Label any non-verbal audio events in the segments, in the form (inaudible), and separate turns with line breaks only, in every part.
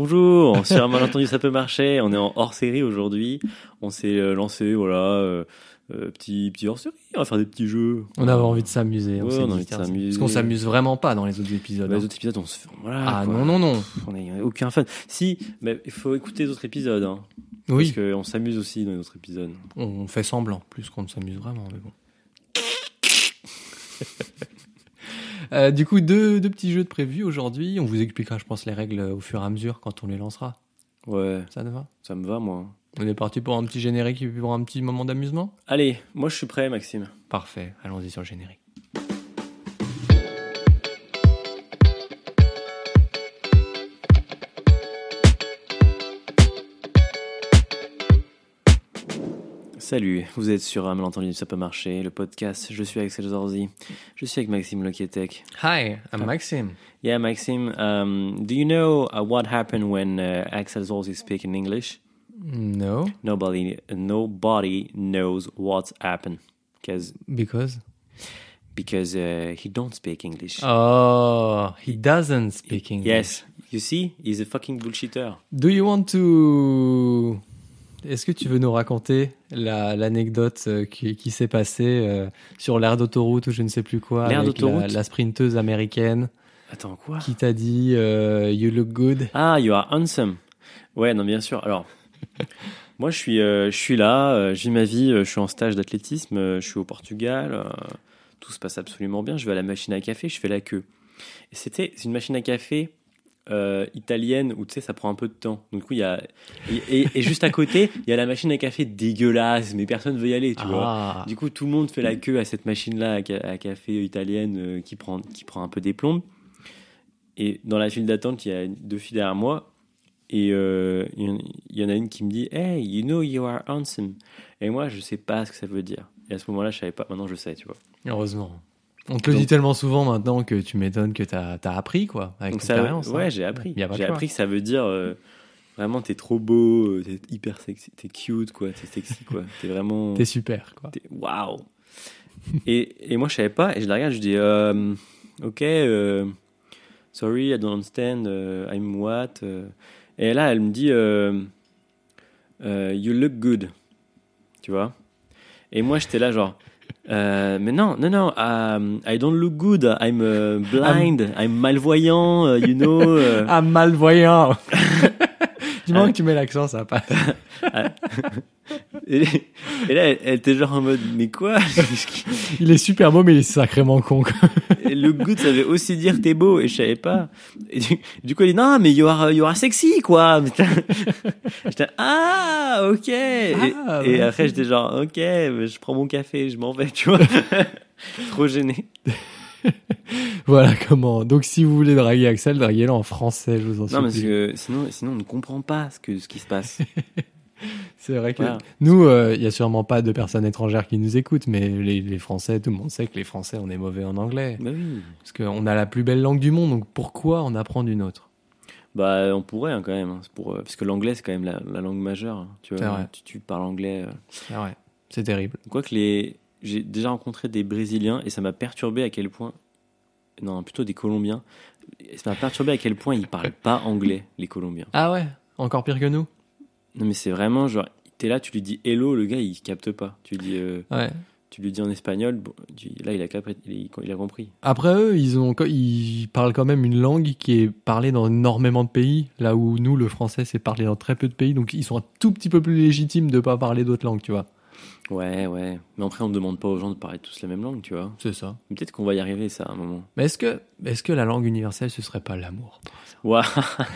Bonjour, sur un malentendu ça peut marcher. On est en hors série aujourd'hui. On s'est euh, lancé, voilà, euh, euh, petit, petit hors série. On va faire des petits jeux.
On avait envie de s'amuser.
Ouais,
s'est
on a
dit,
envie de
tiens,
s'amuser.
Parce qu'on s'amuse vraiment pas dans les autres épisodes.
Bah,
hein.
les autres épisodes, on se fait. Voilà,
ah
quoi.
non, non, non.
On n'est aucun fan. Si, mais il faut écouter les autres épisodes. hein,
Oui,
Parce qu'on s'amuse aussi dans les autres épisodes.
on fait semblant, plus qu'on ne s'amuse vraiment,
(laughs)
mais bon. Euh, du coup, deux, deux petits jeux de prévus aujourd'hui. On vous expliquera, je pense, les règles au fur et à mesure quand on les lancera.
Ouais,
Ça te va
ça me va, moi.
On est parti pour un petit générique et pour un petit moment d'amusement
Allez, moi je suis prêt, Maxime.
Parfait, allons-y sur le générique.
Salut, vous êtes sur Un malentendu ça peut marcher, le podcast. Je suis Axel Zorzi. Je suis avec Maxime Lokietek.
Hi, I'm Maxime.
Yeah, Maxime, um, do you know uh, what happened when uh, Axel Zorzi speak in English?
No,
Nobody, nobody knows what's happened because
because...
because uh, he don't speak English.
Oh, he doesn't speak English.
Yes, you see, he's a fucking bullshitter.
Do you want to... Est-ce que tu veux nous raconter la- l'anecdote euh, qui, qui s'est passée euh, sur l'aire d'autoroute ou je ne sais plus quoi
L'aire
avec la,
d'autoroute
la sprinteuse américaine
Attends quoi?
qui t'a dit euh, You look good
(laughs) Ah, you are handsome. Ouais, non, bien sûr. Alors, moi, je suis, euh, je suis là, euh, j'ai ma vie, euh, je suis en stage d'athlétisme, euh, je suis au Portugal, euh, tout se passe absolument bien. Je vais à la machine à café, je fais la queue. Et c'était c'est une machine à café euh, italienne où, tu sais, ça prend un peu de temps. Donc, du coup, il y a. Et, et- et juste à côté, il y a la machine à café dégueulasse, mais personne veut y aller, tu vois.
Ah,
Du coup, tout le monde fait la queue à cette machine-là à, ca- à café italienne euh, qui, prend, qui prend un peu des plombes. Et dans la file d'attente, il y a deux filles derrière moi. Et euh, il y en- il y en a une qui me dit Hey, you know you are handsome. Et moi, je sais pas ce que ça veut dire. Et à ce moment-là, je savais pas. Maintenant, je sais, tu vois.
Heureusement. On te le
Donc-
dit tellement souvent maintenant que tu m'étonnes que t'as as appris quoi, avec
Donc,
ton
ça-
expérience.
ouais,
hein.
j'ai appris.
Y a pas de
J'ai
choix.
appris que ça veut dire euh, vraiment, t'es trop beau, euh, t'es hyper sexy, t'es cute, quoi, t'es sexy, quoi. T'es vraiment.
T'es super quoi.
T'es- Waouh et, et moi, je savais pas, et je la regarde, je dis euh, Ok, euh, sorry, I don't understand, euh, I'm what euh. Et là, elle me dit euh, euh, You look good. Tu vois Et moi, j'étais là, genre. Euh, mais non, non, non, um, I don't look good, I'm euh, blind, I'm malvoyant, euh, you know. euh.
(laughs) Ah malvoyant (laughs) Du moment
Ah.
que tu mets l'accent ça passe.
Et, et là, elle, elle était genre en mode, mais quoi (laughs)
Il est super beau mais il est sacrément con quoi.
Et le good, ça veut aussi dire t'es beau, et je savais pas. Et du, du coup, il dit non, mais you are, you are sexy, quoi. (laughs) Putain. J'étais ah, ok. Et-
Ah,
et
ouais.
après, j'étais genre ok, mais je prends mon café, je m'en vais, tu vois. (laughs) Trop gêné.
Voilà (laughs) comment. Donc si vous voulez draguer Axel, draguez-le en français, je vous en
Non, parce
supplie.
que sinon, sinon, on ne comprend pas ce, que, ce qui se passe.
C'est vrai que
Voilà.
nous, euh, il y a sûrement pas de personnes étrangères qui nous écoutent, mais les, les Français, tout le monde sait que les Français, on est mauvais en anglais.
bah oui.
Parce qu'on a la plus belle langue du monde, donc pourquoi en apprendre une autre
Bah, on pourrait hein, quand même, hein, c'est pour, euh, parce que l'anglais, c'est quand même la, la langue majeure. hein, tu
C'est
vois,
vrai.
tu, tu parles anglais. euh.
Ah ouais, c'est terrible.
Quoique les... j'ai déjà rencontré des Brésiliens et ça m'a perturbé à quel point. Non, plutôt des Colombiens. Et Ça m'a perturbé à quel point ils parlent pas anglais, les Colombiens.
Ah ouais, encore pire que nous
Non, mais c'est vraiment genre, t'es là, tu lui dis hello, le gars, il capte pas. Tu lui dis, euh,
Ouais.
tu lui dis en espagnol, bon, tu- là, il a, capté- il, il a compris.
Après eux, ils, ont, ils parlent quand même une langue qui est parlée dans énormément de pays, là où nous, le français, c'est parlé dans très peu de pays, donc ils sont un tout petit peu plus légitimes de pas parler d'autres langues, tu vois.
Ouais, ouais. Mais après, on demande pas aux gens de parler tous la même langue, tu vois.
C'est ça.
Mais Peut-être qu'on va y arriver, ça, à un moment.
Mais est-ce que, est que la langue universelle, ce serait pas l'amour
Waouh (laughs)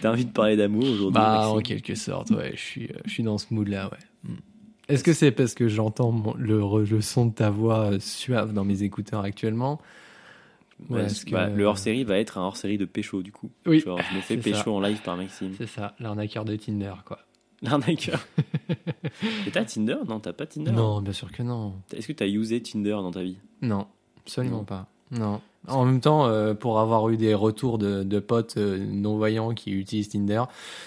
T'as envie de parler d'amour aujourd'hui
Bah,
Maxime
en quelque sorte, ouais, je suis, euh, je suis dans ce mood-là, ouais. Mm. Est-ce que c'est parce que j'entends mon- le, re- le son de ta voix euh, suave dans mes écouteurs actuellement
Ouais,
Ouais, parce que-
bah, Le hors-série va être un hors-série de pécho, du coup.
Oui,
Genre, je me fais
(laughs) c'est ça.
pécho en live par
(laughs)
Maxime.
C'est ça, l'arnaqueur de Tinder, quoi.
L'arnaqueur. (laughs) Et t'as Tinder Non, t'as pas Tinder.
Non, bien sûr que non.
Est-ce que t'as usé Tinder dans ta vie
Non, absolument
Non.
pas. Non. En même temps, euh, pour avoir eu des retours de, de potes euh, non-voyants qui utilisent Tinder,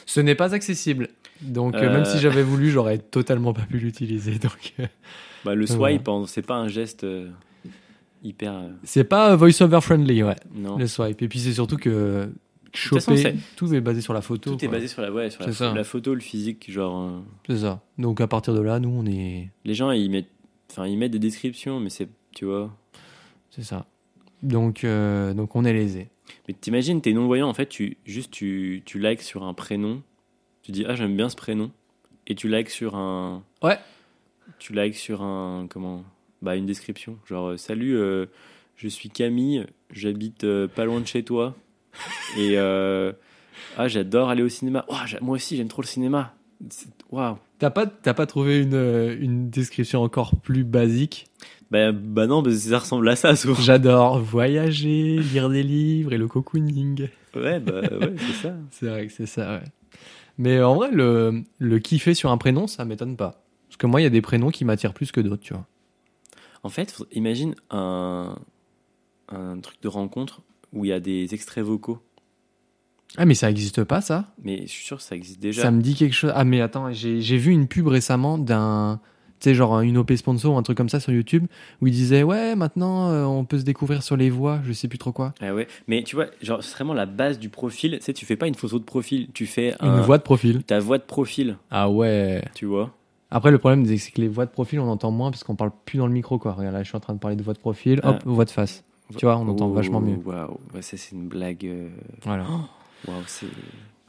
ce n'est pas accessible. Donc, euh, même
Euh.
si j'avais voulu, j'aurais totalement pas pu l'utiliser. (laughs) Donc, euh,
Bah, le
Ouais.
swipe, hein, c'est pas un geste euh, hyper. euh,
c'est pas euh, voice-over friendly, ouais.
non.
Le swipe. Et puis c'est surtout que
toute façon,
choper.
c'est-
Tout est basé sur la photo.
Tout est
quoi.
basé sur la, ouais, sur la,
C'est ça.
la photo, le physique. Genre, euh,
C'est ça. Donc à partir de là, nous, on est.
les gens, ils mettent, enfin, ils mettent des descriptions, mais c'est, tu vois.
C'est ça. Donc, euh, donc on est lésé.
Mais t'imagines, t'es non-voyant, en fait, tu, juste tu, tu likes sur un prénom, tu dis, ah, j'aime bien ce prénom, et tu likes sur un.
Ouais.
Tu likes sur un. Comment Bah, une description. Genre, euh, salut, euh, je suis Camille, j'habite euh, pas loin de chez toi, et. euh, ah, j'adore aller au cinéma. Ouah, j'a- moi aussi, j'aime trop le cinéma. C'est- Waouh.
T'as pas, t'as pas trouvé une, euh, une description encore
(laughs)
plus basique
Bah, bah non, parce que ça ressemble à ça
(laughs)
souvent.
J'adore voyager, lire des livres et le cocooning.
Ouais, bah ouais, c'est ça.
C'est vrai que c'est ça, ouais. Mais en vrai, le, le kiffer sur un prénom, ça m'étonne pas. Parce que moi, il y a des prénoms qui m'attirent plus que d'autres, tu vois.
En fait, faudrait- imagine un, un truc de rencontre où il y a des extraits vocaux.
Ah, mais ça existe pas, ça
Mais je suis sûr que ça existe déjà.
Ça me dit quelque chose. Ah, mais attends, j'ai j'ai vu une pub récemment d'un. Tu sais, genre une OP sponsor ou un truc comme ça sur YouTube où il disait Ouais, maintenant euh, on peut se découvrir sur les voies, je sais plus trop quoi.
Ah ouais. Mais tu vois, genre, c'est vraiment la base du profil. Tu sais, tu fais pas une photo de profil, tu fais
Une
un-
voie de profil.
ta voix de profil,
Ah ouais.
tu vois.
Après, le problème, c'est que les voix de profil, on entend moins parce qu'on parle plus dans le micro, quoi. Regarde, là, je suis en train de parler de voix de profil, hop, voix de face. Tu vois, on entend vachement mieux.
Oh, Waouh, Ouais, ça c'est une blague. euh,
Oh. Voilà.
Waouh, c'est.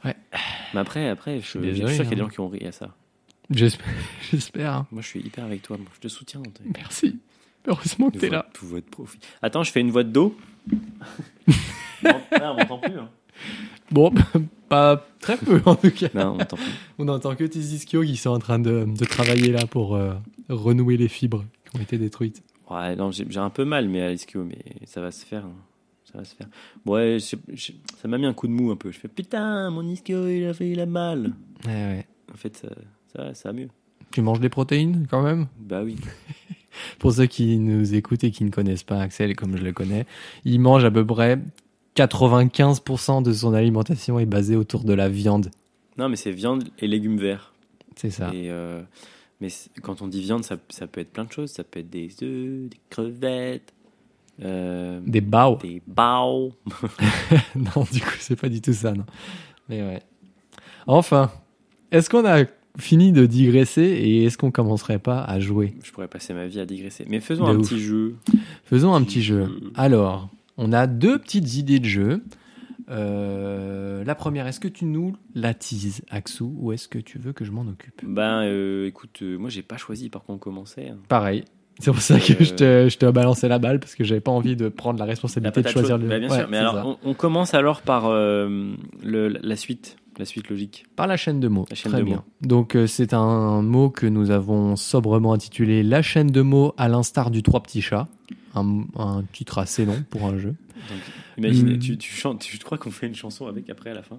Ouais.
(sighs) Mais après, après, je,
suis
je suis sûr
désolé,
qu'il y a des
hein.
gens qui ont ri à ça.
(gasps) J'espère. (laughs) J'espère. hein.
Moi, je suis hyper avec toi. moi, je te soutiens dans tes-
Merci. Heureusement que
Une
(laughs) t'es
voix-
là.
une voix de profil. Attends, je fais une voix de
(laughs)
dos. (laughs) Non, on m'entend plus. hein.
Bon, (laughs) pas très peu en tout cas.
Non, on m'entend plus.
On entend que tes ischios qui sont en train de, de travailler là pour euh, renouer les fibres qui ont été détruites.
Ouais, non, j'ai j'ai un peu mal, mais à l'esquio, mais ça va se faire. hein. Ça va se faire. Bon, ouais, je sais- je- ça m'a mis un coup de mou un peu. Je fais putain, mon ischio, il a fait il a mal.
Ouais, Eh ouais.
En fait, ça, ça, va, ça va mieux.
Tu manges des protéines quand même
Bah oui.
Pour ceux qui nous écoutent et qui ne connaissent pas Axel, comme je le connais, il mange à peu près 95% de son alimentation est basée autour de la viande.
Non, mais c'est viande et légumes verts.
C'est ça.
Et, euh, mais c'est- quand on dit viande, ça, ça peut être plein de choses. Ça peut être des œufs, des crevettes, euh,
Des bao. (laughs)
des bao.
non, du coup, c'est pas du tout ça, non. Mais ouais. Enfin, est-ce qu'on a fini de digresser et est-ce qu'on commencerait pas à jouer
Je pourrais passer ma vie à digresser. Mais faisons
De
un
ouf.
petit jeu.
Faisons un
Petit
petit jeu.
jeu.
Alors, on a deux petites idées de jeu. Euh, la première, est-ce que tu nous la teases, Axou, ou est-ce que tu veux que je m'en occupe
Ben, euh, écoute, euh, moi j'ai pas choisi par quoi on commençait. hein.
Pareil. C'est pour ça que
Euh,
je, te, je te balancé la balle parce que j'avais pas envie de prendre la
La
responsabilité de
patate chaude.
choisir le.
Bah, bien
Ouais,
sûr. Mais
c'est
alors,
ça.
on, on commence alors par euh, le- la suite, la suite logique.
Par la chaîne de mots.
La chaîne
Très
de
bien.
mots.
Donc, euh, c'est un mot que nous avons sobrement intitulé La chaîne de mots à l'instar du Trois petits chats. Un, un titre assez long pour un jeu.
Imagine,
Hmm.
tu, tu chantes, tu crois qu'on fait une chanson avec après à la fin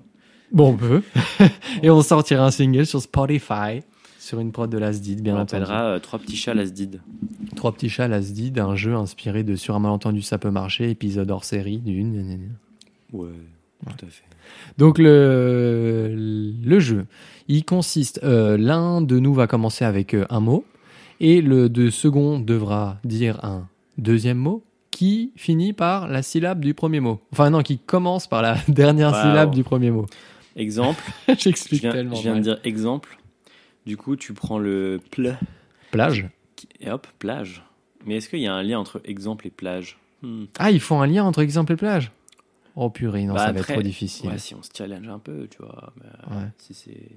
Bon, on peut. (laughs) Et on sortira un single sur Spotify, sur une prod de Lasdid, bien
On
entendu.
appellera euh, Trois petits chats l'asdid.
Trois petits chats Lasdid, un jeu inspiré de Sur un malentendu, ça peut marcher, épisode hors série d'une.
Ouais, tout à fait.
Donc le, le jeu, il consiste, euh, l'un de nous va commencer avec euh, un mot et le de second devra dire un deuxième mot qui finit par la syllabe du premier mot. Enfin non, qui commence par la (laughs) dernière
Waouh.
syllabe du premier mot. (laughs)
Exemple, je
J'explique
viens,
tellement.
je viens de
mal.
dire exemple. Du coup, tu prends le ple
Plage.
et hop, plage. Mais est-ce qu'il y a un lien entre exemple et plage Hmm.
Ah, ils font un lien entre exemple et plage. Oh purée, non,
Bah,
ça va être
après,
trop difficile.
Ouais, si on se challenge un peu, tu vois. mais, euh,
Ouais.
Si c'est.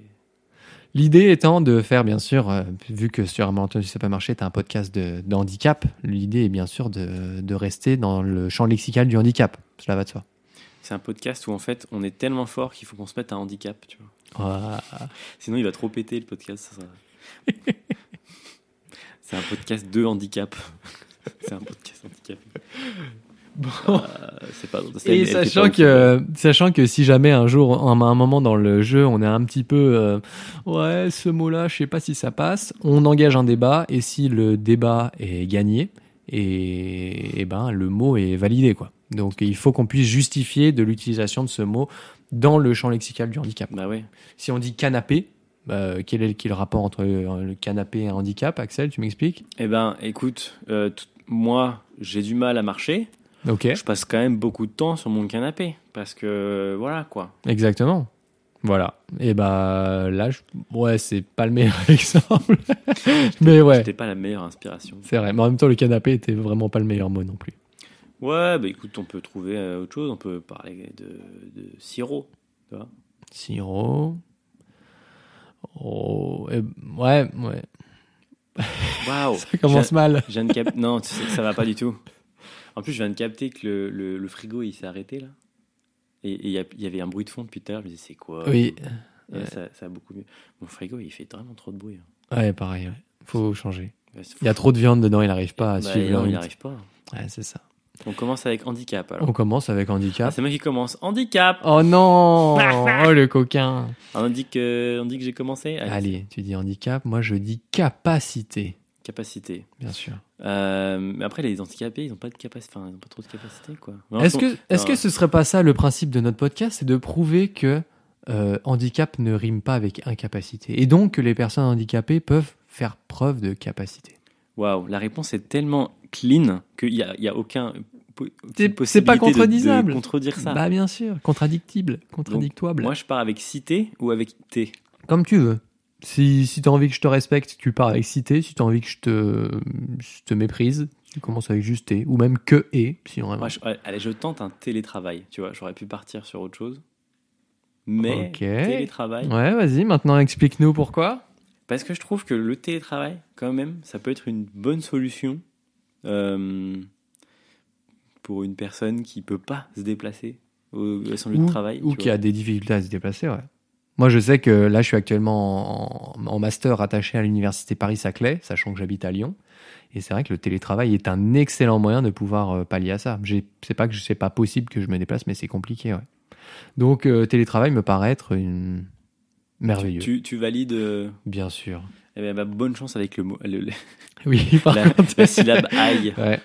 L'idée étant de faire, bien sûr, euh, vu que sur un malentendu, ça peut marcher, t'as un podcast de, d'handicap, l'idée est bien sûr de, de rester dans le champ lexical du handicap. Cela va de soi.
C'est un podcast où en fait on est tellement fort qu'il faut qu'on se mette un handicap, tu vois.
Ah,
Sinon il va trop péter le podcast. ça sera- (laughs) C'est un podcast de handicap. (laughs) C'est un podcast handicap. Euh, c'est pas. c'est-
Et
elle fait
sachant
pas
que, euh, sachant que si jamais un jour, à un un moment dans le jeu, on est un petit peu, euh, ouais, ce mot-là, je sais pas si ça passe, on engage un débat, et si le débat est gagné, et, et ben, le mot est validé, quoi. Donc, il faut qu'on puisse justifier de l'utilisation de ce mot dans le champ lexical du handicap.
Bah ouais.
Si on dit canapé, bah, quel est le, quel est le rapport entre euh, le canapé et un handicap, Axel Tu m'expliques
Eh ben, écoute, euh, tout- moi j'ai du mal à marcher.
Ok.
je passe quand même beaucoup de temps sur mon canapé. Parce que, voilà, quoi.
Exactement. Voilà. Et bah là, je- ouais, c'est pas le meilleur (laughs) exemple. Mais ouais,
C'était pas la meilleure inspiration.
c'est vrai. Mais en même temps, le canapé était vraiment pas le meilleur mot non plus.
Ouais, bah écoute, on peut trouver euh, autre chose. On peut parler de, de sirop.
Sirop. Oh, eh, ouais, ouais.
Waouh
(laughs) Ça commence mal.
Je viens de cap- (laughs) Non, tu sais, ça va pas du tout. En plus, je viens de capter que le, le- le frigo, il s'est arrêté, là. Et et il y, a- il y avait un bruit de fond depuis tout à l'heure. Je me disais, c'est quoi
Oui,
Et là,
ouais.
ça, ça a beaucoup mieux. Mon frigo, il fait vraiment trop de bruit. hein.
ouais, pareil. ouais. Faut changer.
Bah, c'est-
Il y a trop de viande dedans, il n'arrive pas à
Bah,
suivre.
non,
le
il n'y
rythme.
arrive pas.
Ouais, c'est ça.
On commence avec handicap, alors.
On commence avec
Ah,
handicap.
c'est moi qui commence. Handicap
Oh
(laughs)
non Oh le coquin
Ah, On dit que, on dit que j'ai commencé Allez,
Allez, tu dis handicap, moi je dis capacité.
Capacité.
Bien sûr.
Euh, mais après, les handicapés, ils n'ont pas, de capaci- enfin, ils ont pas trop de capacité, quoi. Non,
Est-ce
ils
que, est-ce que ce serait pas ça le principe de notre podcast C'est de prouver que euh, handicap ne rime pas avec incapacité. Et donc que les personnes handicapées peuvent faire preuve de capacité.
sont- Waouh, la réponse est tellement clean qu'il n'y a, il y a aucun. po-
C'est-
possibilité
c'est pas
de- de
contredisable.
contredire ça.
Bah bien sûr, contradictible, contradictoire.
Moi, je pars avec cité ou avec T.
Comme tu veux. Si, si t'as envie que je te respecte, tu pars avec cité. Si t'as envie que je te, je te méprise, tu commences avec juste et. Ou même que et, si on
Moi,
vraiment.
je, allez, je tente un télétravail, tu vois. J'aurais pu partir sur autre chose. Mais
Ok.
télétravail.
Ouais, vas-y, maintenant explique-nous pourquoi.
Parce que je trouve que le télétravail, quand même, ça peut être une bonne solution euh, pour une personne qui peut pas se déplacer au, à son lieu
ou,
de travail.
ou
tu
qui
vois.
a des difficultés à se déplacer, ouais. Moi, je sais que là, je suis actuellement en, en master attaché à l'université Paris-Saclay, sachant que j'habite à Lyon. Et c'est vrai que le télétravail est un excellent moyen de pouvoir euh, pallier à ça. J'ai- C'est pas que je- c'est pas possible que je me déplace, mais c'est compliqué, ouais. Donc, euh, télétravail me paraît être une... merveilleux.
tu, tu valides. euh,
Bien sûr.
eh ben, bah, bonne chance avec le mot, le- le-
(laughs) Oui, par
la,
contre.
la syllabe aïe.
Ouais.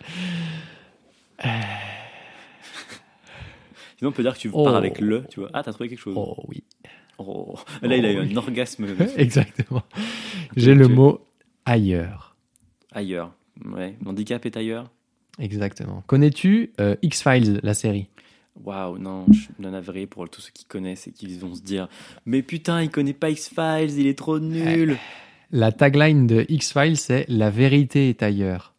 Sinon, on peut dire que tu
Oh.
pars avec le. Tu vois. Ah, t'as trouvé quelque chose.
Oh oui,
Oh. Là, il a eu
Oh.
un orgasme
(laughs) exactement. J'ai le mot ailleurs.
ailleurs. Ouais. L'handicap est ailleurs.
Exactement. Connais-tu euh, X-Files, la série
Waouh, non, je suis bien navré pour tous ceux qui connaissent et qui vont se dire Mais putain, il connaît pas X-Files, il est trop nul.
La tagline de X-Files, c'est La vérité est ailleurs.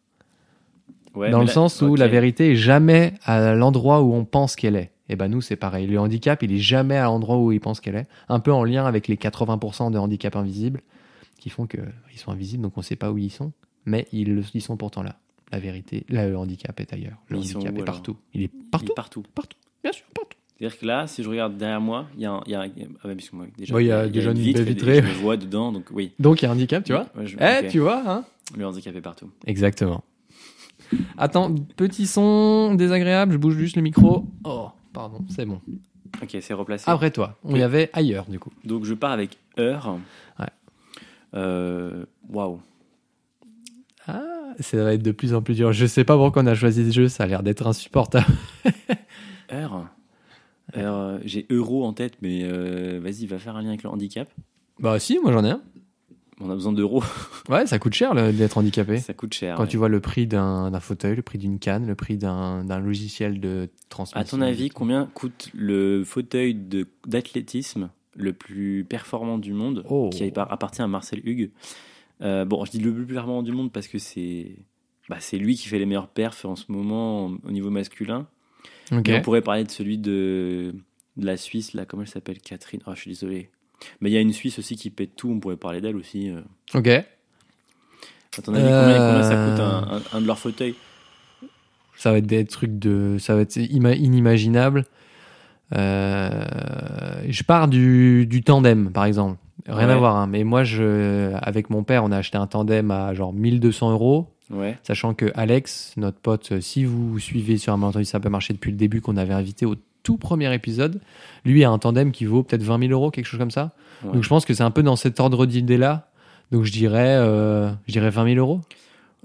Ouais,
dans
mais
le
là-
sens où
ok.
la vérité est jamais à l'endroit où on pense qu'elle est. Et ben nous, c'est pareil. Le handicap, il est jamais à l'endroit où il pense qu'elle est. Un peu en lien avec les 80% de handicap invisibles qui font que euh, ils sont invisibles, donc on sait pas où ils sont. Mais ils, le- ils sont pourtant là. La vérité, là, le handicap est ailleurs. Le
Mais ils sont
handicap
où,
est
alors
partout. Il est
Il est
partout,
partout.
bien sûr, partout.
C'est-à-dire que là, si je regarde derrière moi, il y a, un- il y a un- ah ouais, parce que moi, déjà,
Ouais, il y a déjà une baie
et des-
vitrée.
Je me vois dedans, donc oui.
Donc il y a handicap, tu vois
Ouais, je-
Eh,
ok.
tu vois, hein
Le handicap est partout.
Exactement. Attends, petit son désagréable, je bouge juste le micro. Oh, pardon, c'est bon.
Ok, c'est replacé.
Après toi, on y avait ailleurs du coup.
Donc je pars avec heure.
Ouais.
Euh, Waouh.
Ah, ça va être de plus en plus dur. Je sais pas pourquoi on a choisi ce jeu, ça a l'air d'être insupportable.
Heure. Heure, euh, J'ai euro en tête, mais euh, vas-y, va faire un lien avec le handicap.
(laughs) Bah si, moi j'en ai un.
On a besoin d'euros.
Ouais, ça coûte cher le- d'être handicapé.
Ça coûte cher.
Quand
ouais.
tu vois le prix d'un d'un fauteuil, le prix d'une canne, le prix d'un d'un logiciel de transmission.
À ton avis, combien coûte le fauteuil de- d'athlétisme le plus performant du monde,
Oh.
qui appart- appartient à Marcel Hugues Euh, Bon, je dis le plus performant du monde parce que c'est bah, c'est lui qui fait les meilleurs perfs en ce moment en- au niveau masculin.
Ok.
Mais on pourrait parler de celui de, de la Suisse, là, comment elle s'appelle Catherine Oh, je suis désolé. Mais il y a une Suisse aussi qui pète tout, on pourrait parler d'elle aussi. euh.
Ok.
À ton avis, combien, combien ça
Euh.
coûte un, un- un de leurs fauteuils
Ça va être des trucs de. Ça va être ima- inimaginable. Euh, je pars du, du tandem, par exemple. Rien à
Ouais.
voir, hein. mais moi, je, avec mon père, on a acheté un tandem à genre 1200 euros.
Ouais.
Sachant que Alex, notre pote, euh, si vous suivez sur un malentendu, ça peut marcher depuis le début qu'on avait invité au tout premier épisode, lui a un tandem qui vaut peut-être 20 000 euros, quelque chose comme ça.
Ouais.
Donc je pense que c'est un peu dans cet ordre d'idée-là. Donc je dirais, euh, je dirais 20 000 euros.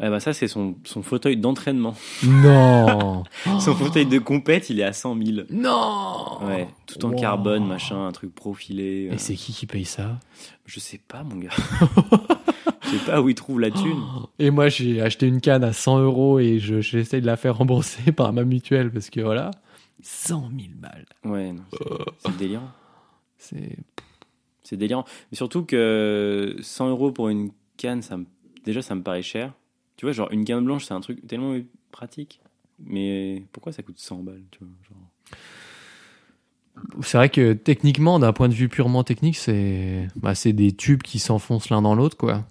Eh ben, ça, c'est son, son fauteuil d'entraînement. (laughs)
Non (laughs)
Son fauteuil de compète, il est à 100 000.
Non
Ouais, tout en
Wow.
carbone, machin, un truc profilé. euh,
Et c'est qui qui paye ça
Je sais pas, mon gars. (laughs) Je sais pas où ils trouvent la thune.
Et moi, j'ai acheté une canne à 100 euros et je- j'essaie de la faire rembourser (laughs) par ma mutuelle parce que voilà, 100 000 balles.
Ouais, non, c'est- c'est délirant.
C'est
C'est délirant. Mais surtout que 100 euros pour une canne, ça me- déjà, ça me paraît cher. Tu vois, genre, une canne blanche, c'est un truc tellement pratique. Mais pourquoi ça coûte 100 balles tu vois, genre
c'est vrai que techniquement, d'un point de vue purement technique, c'est bah, c'est des tubes qui s'enfoncent l'un dans l'autre, quoi.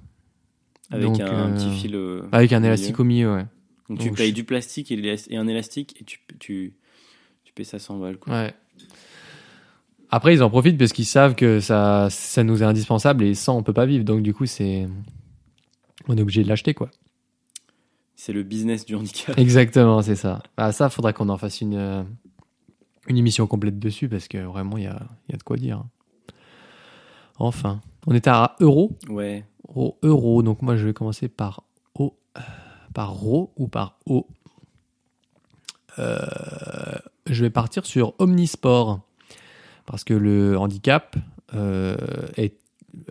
Avec
Donc,
un
euh,
petit fil. euh,
Avec un
milieu.
élastique au milieu, ouais.
Donc, tu
Donc,
payes
je-
du plastique et, l'élas- et un élastique et tu, tu, tu payes ça 100 balles. Quoi.
Ouais. Après, ils en profitent parce qu'ils savent que ça, ça nous est indispensable et sans, on peut pas vivre. Donc, du coup, c'est. On est obligé de l'acheter, quoi.
C'est le business du
(laughs)
handicap.
Exactement, c'est ça. Bah, ça, faudra qu'on en fasse une, euh, une émission complète dessus parce que vraiment, il y a, il y a de quoi dire. hein. Enfin, on était à euro.
Ouais.
Au euro, donc moi, je vais commencer par O. euh, Par RO ou par O. Euh, je vais partir sur Omnisport parce que le handicap euh, est.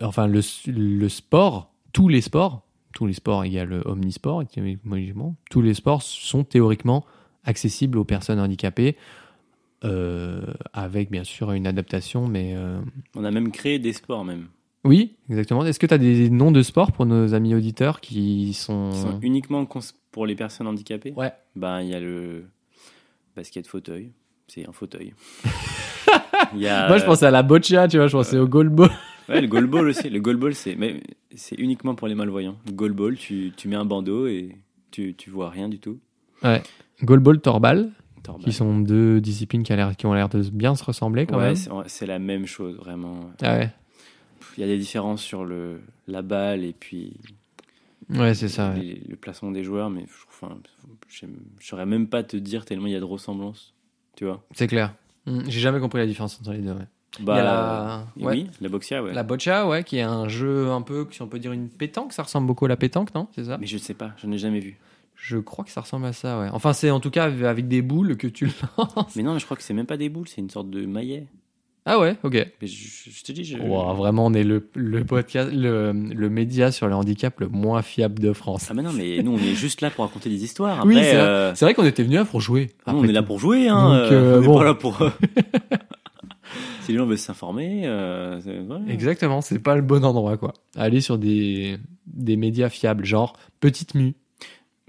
Enfin, le, le sport, tous les sports, tous les sports, il y a le omnisport, étymologiquement. Tous les sports sont théoriquement accessibles aux personnes handicapées, euh, avec bien sûr une adaptation, mais. euh,
On a même créé des sports, même.
Oui, exactement. Est-ce que tu as des noms de sports pour nos amis auditeurs qui sont.
Qui sont uniquement cons- pour les personnes handicapées.
Ouais.
Ben, il y a le basket fauteuil. C'est un
(laughs)
fauteuil. Il y a,
Moi, je
euh,
pensais à la boccia, tu vois, je pensais au (laughs) goalball.
Ouais, le goalball aussi. Le goalball, c'est mais c'est uniquement pour les malvoyants. Le goalball, tu, tu mets un bandeau et tu, tu vois rien du tout.
Goalball, torbal,
Torba.
qui sont deux disciplines qui, a l'air- qui ont l'air de bien se ressembler quand
Ouais,
même.
c'est- c'est la même chose, vraiment.
Ah ouais,
Pff, Il y a des différences sur le, la balle et puis
ouais c'est ça. ouais.
les- le placement des joueurs, mais je, enfin, je je saurais même pas te dire tellement il y a de ressemblances. Tu vois
C'est clair. Mm, J'ai jamais compris la différence entre les deux. ouais.
bah,
Il y a la-
et
ouais.
Oui, la boxia, ouais.
La boccia, ouais, qui est un jeu un peu, si on peut dire une pétanque, ça ressemble beaucoup à la pétanque, non C'est ça
Mais je sais pas, je n'ai jamais
(laughs)
vu.
Je crois que ça ressemble à ça, ouais. Enfin, c'est en tout cas avec des boules que tu lances.
Mais non, je crois que c'est même pas des boules, c'est une sorte de maillet.
Ah ouais, ok.
Mais je, je te dis, je.
Wow, vraiment, on est le, le podcast, le, le média sur le handicap le moins fiable de France.
Ah, mais non, mais nous, on est juste là pour raconter des histoires. Après,
Oui, c'est vrai.
euh,
C'est vrai qu'on était venu là pour jouer.
nous, on
après
est là
tout.
pour jouer, hein. euh,
Donc, euh,
on est
bon.
pas là pour.
(laughs)
(laughs) si les gens veulent s'informer, euh, c'est- voilà.
Exactement, c'est pas le bon endroit, quoi. Aller sur des, des médias fiables, genre Petite Mue,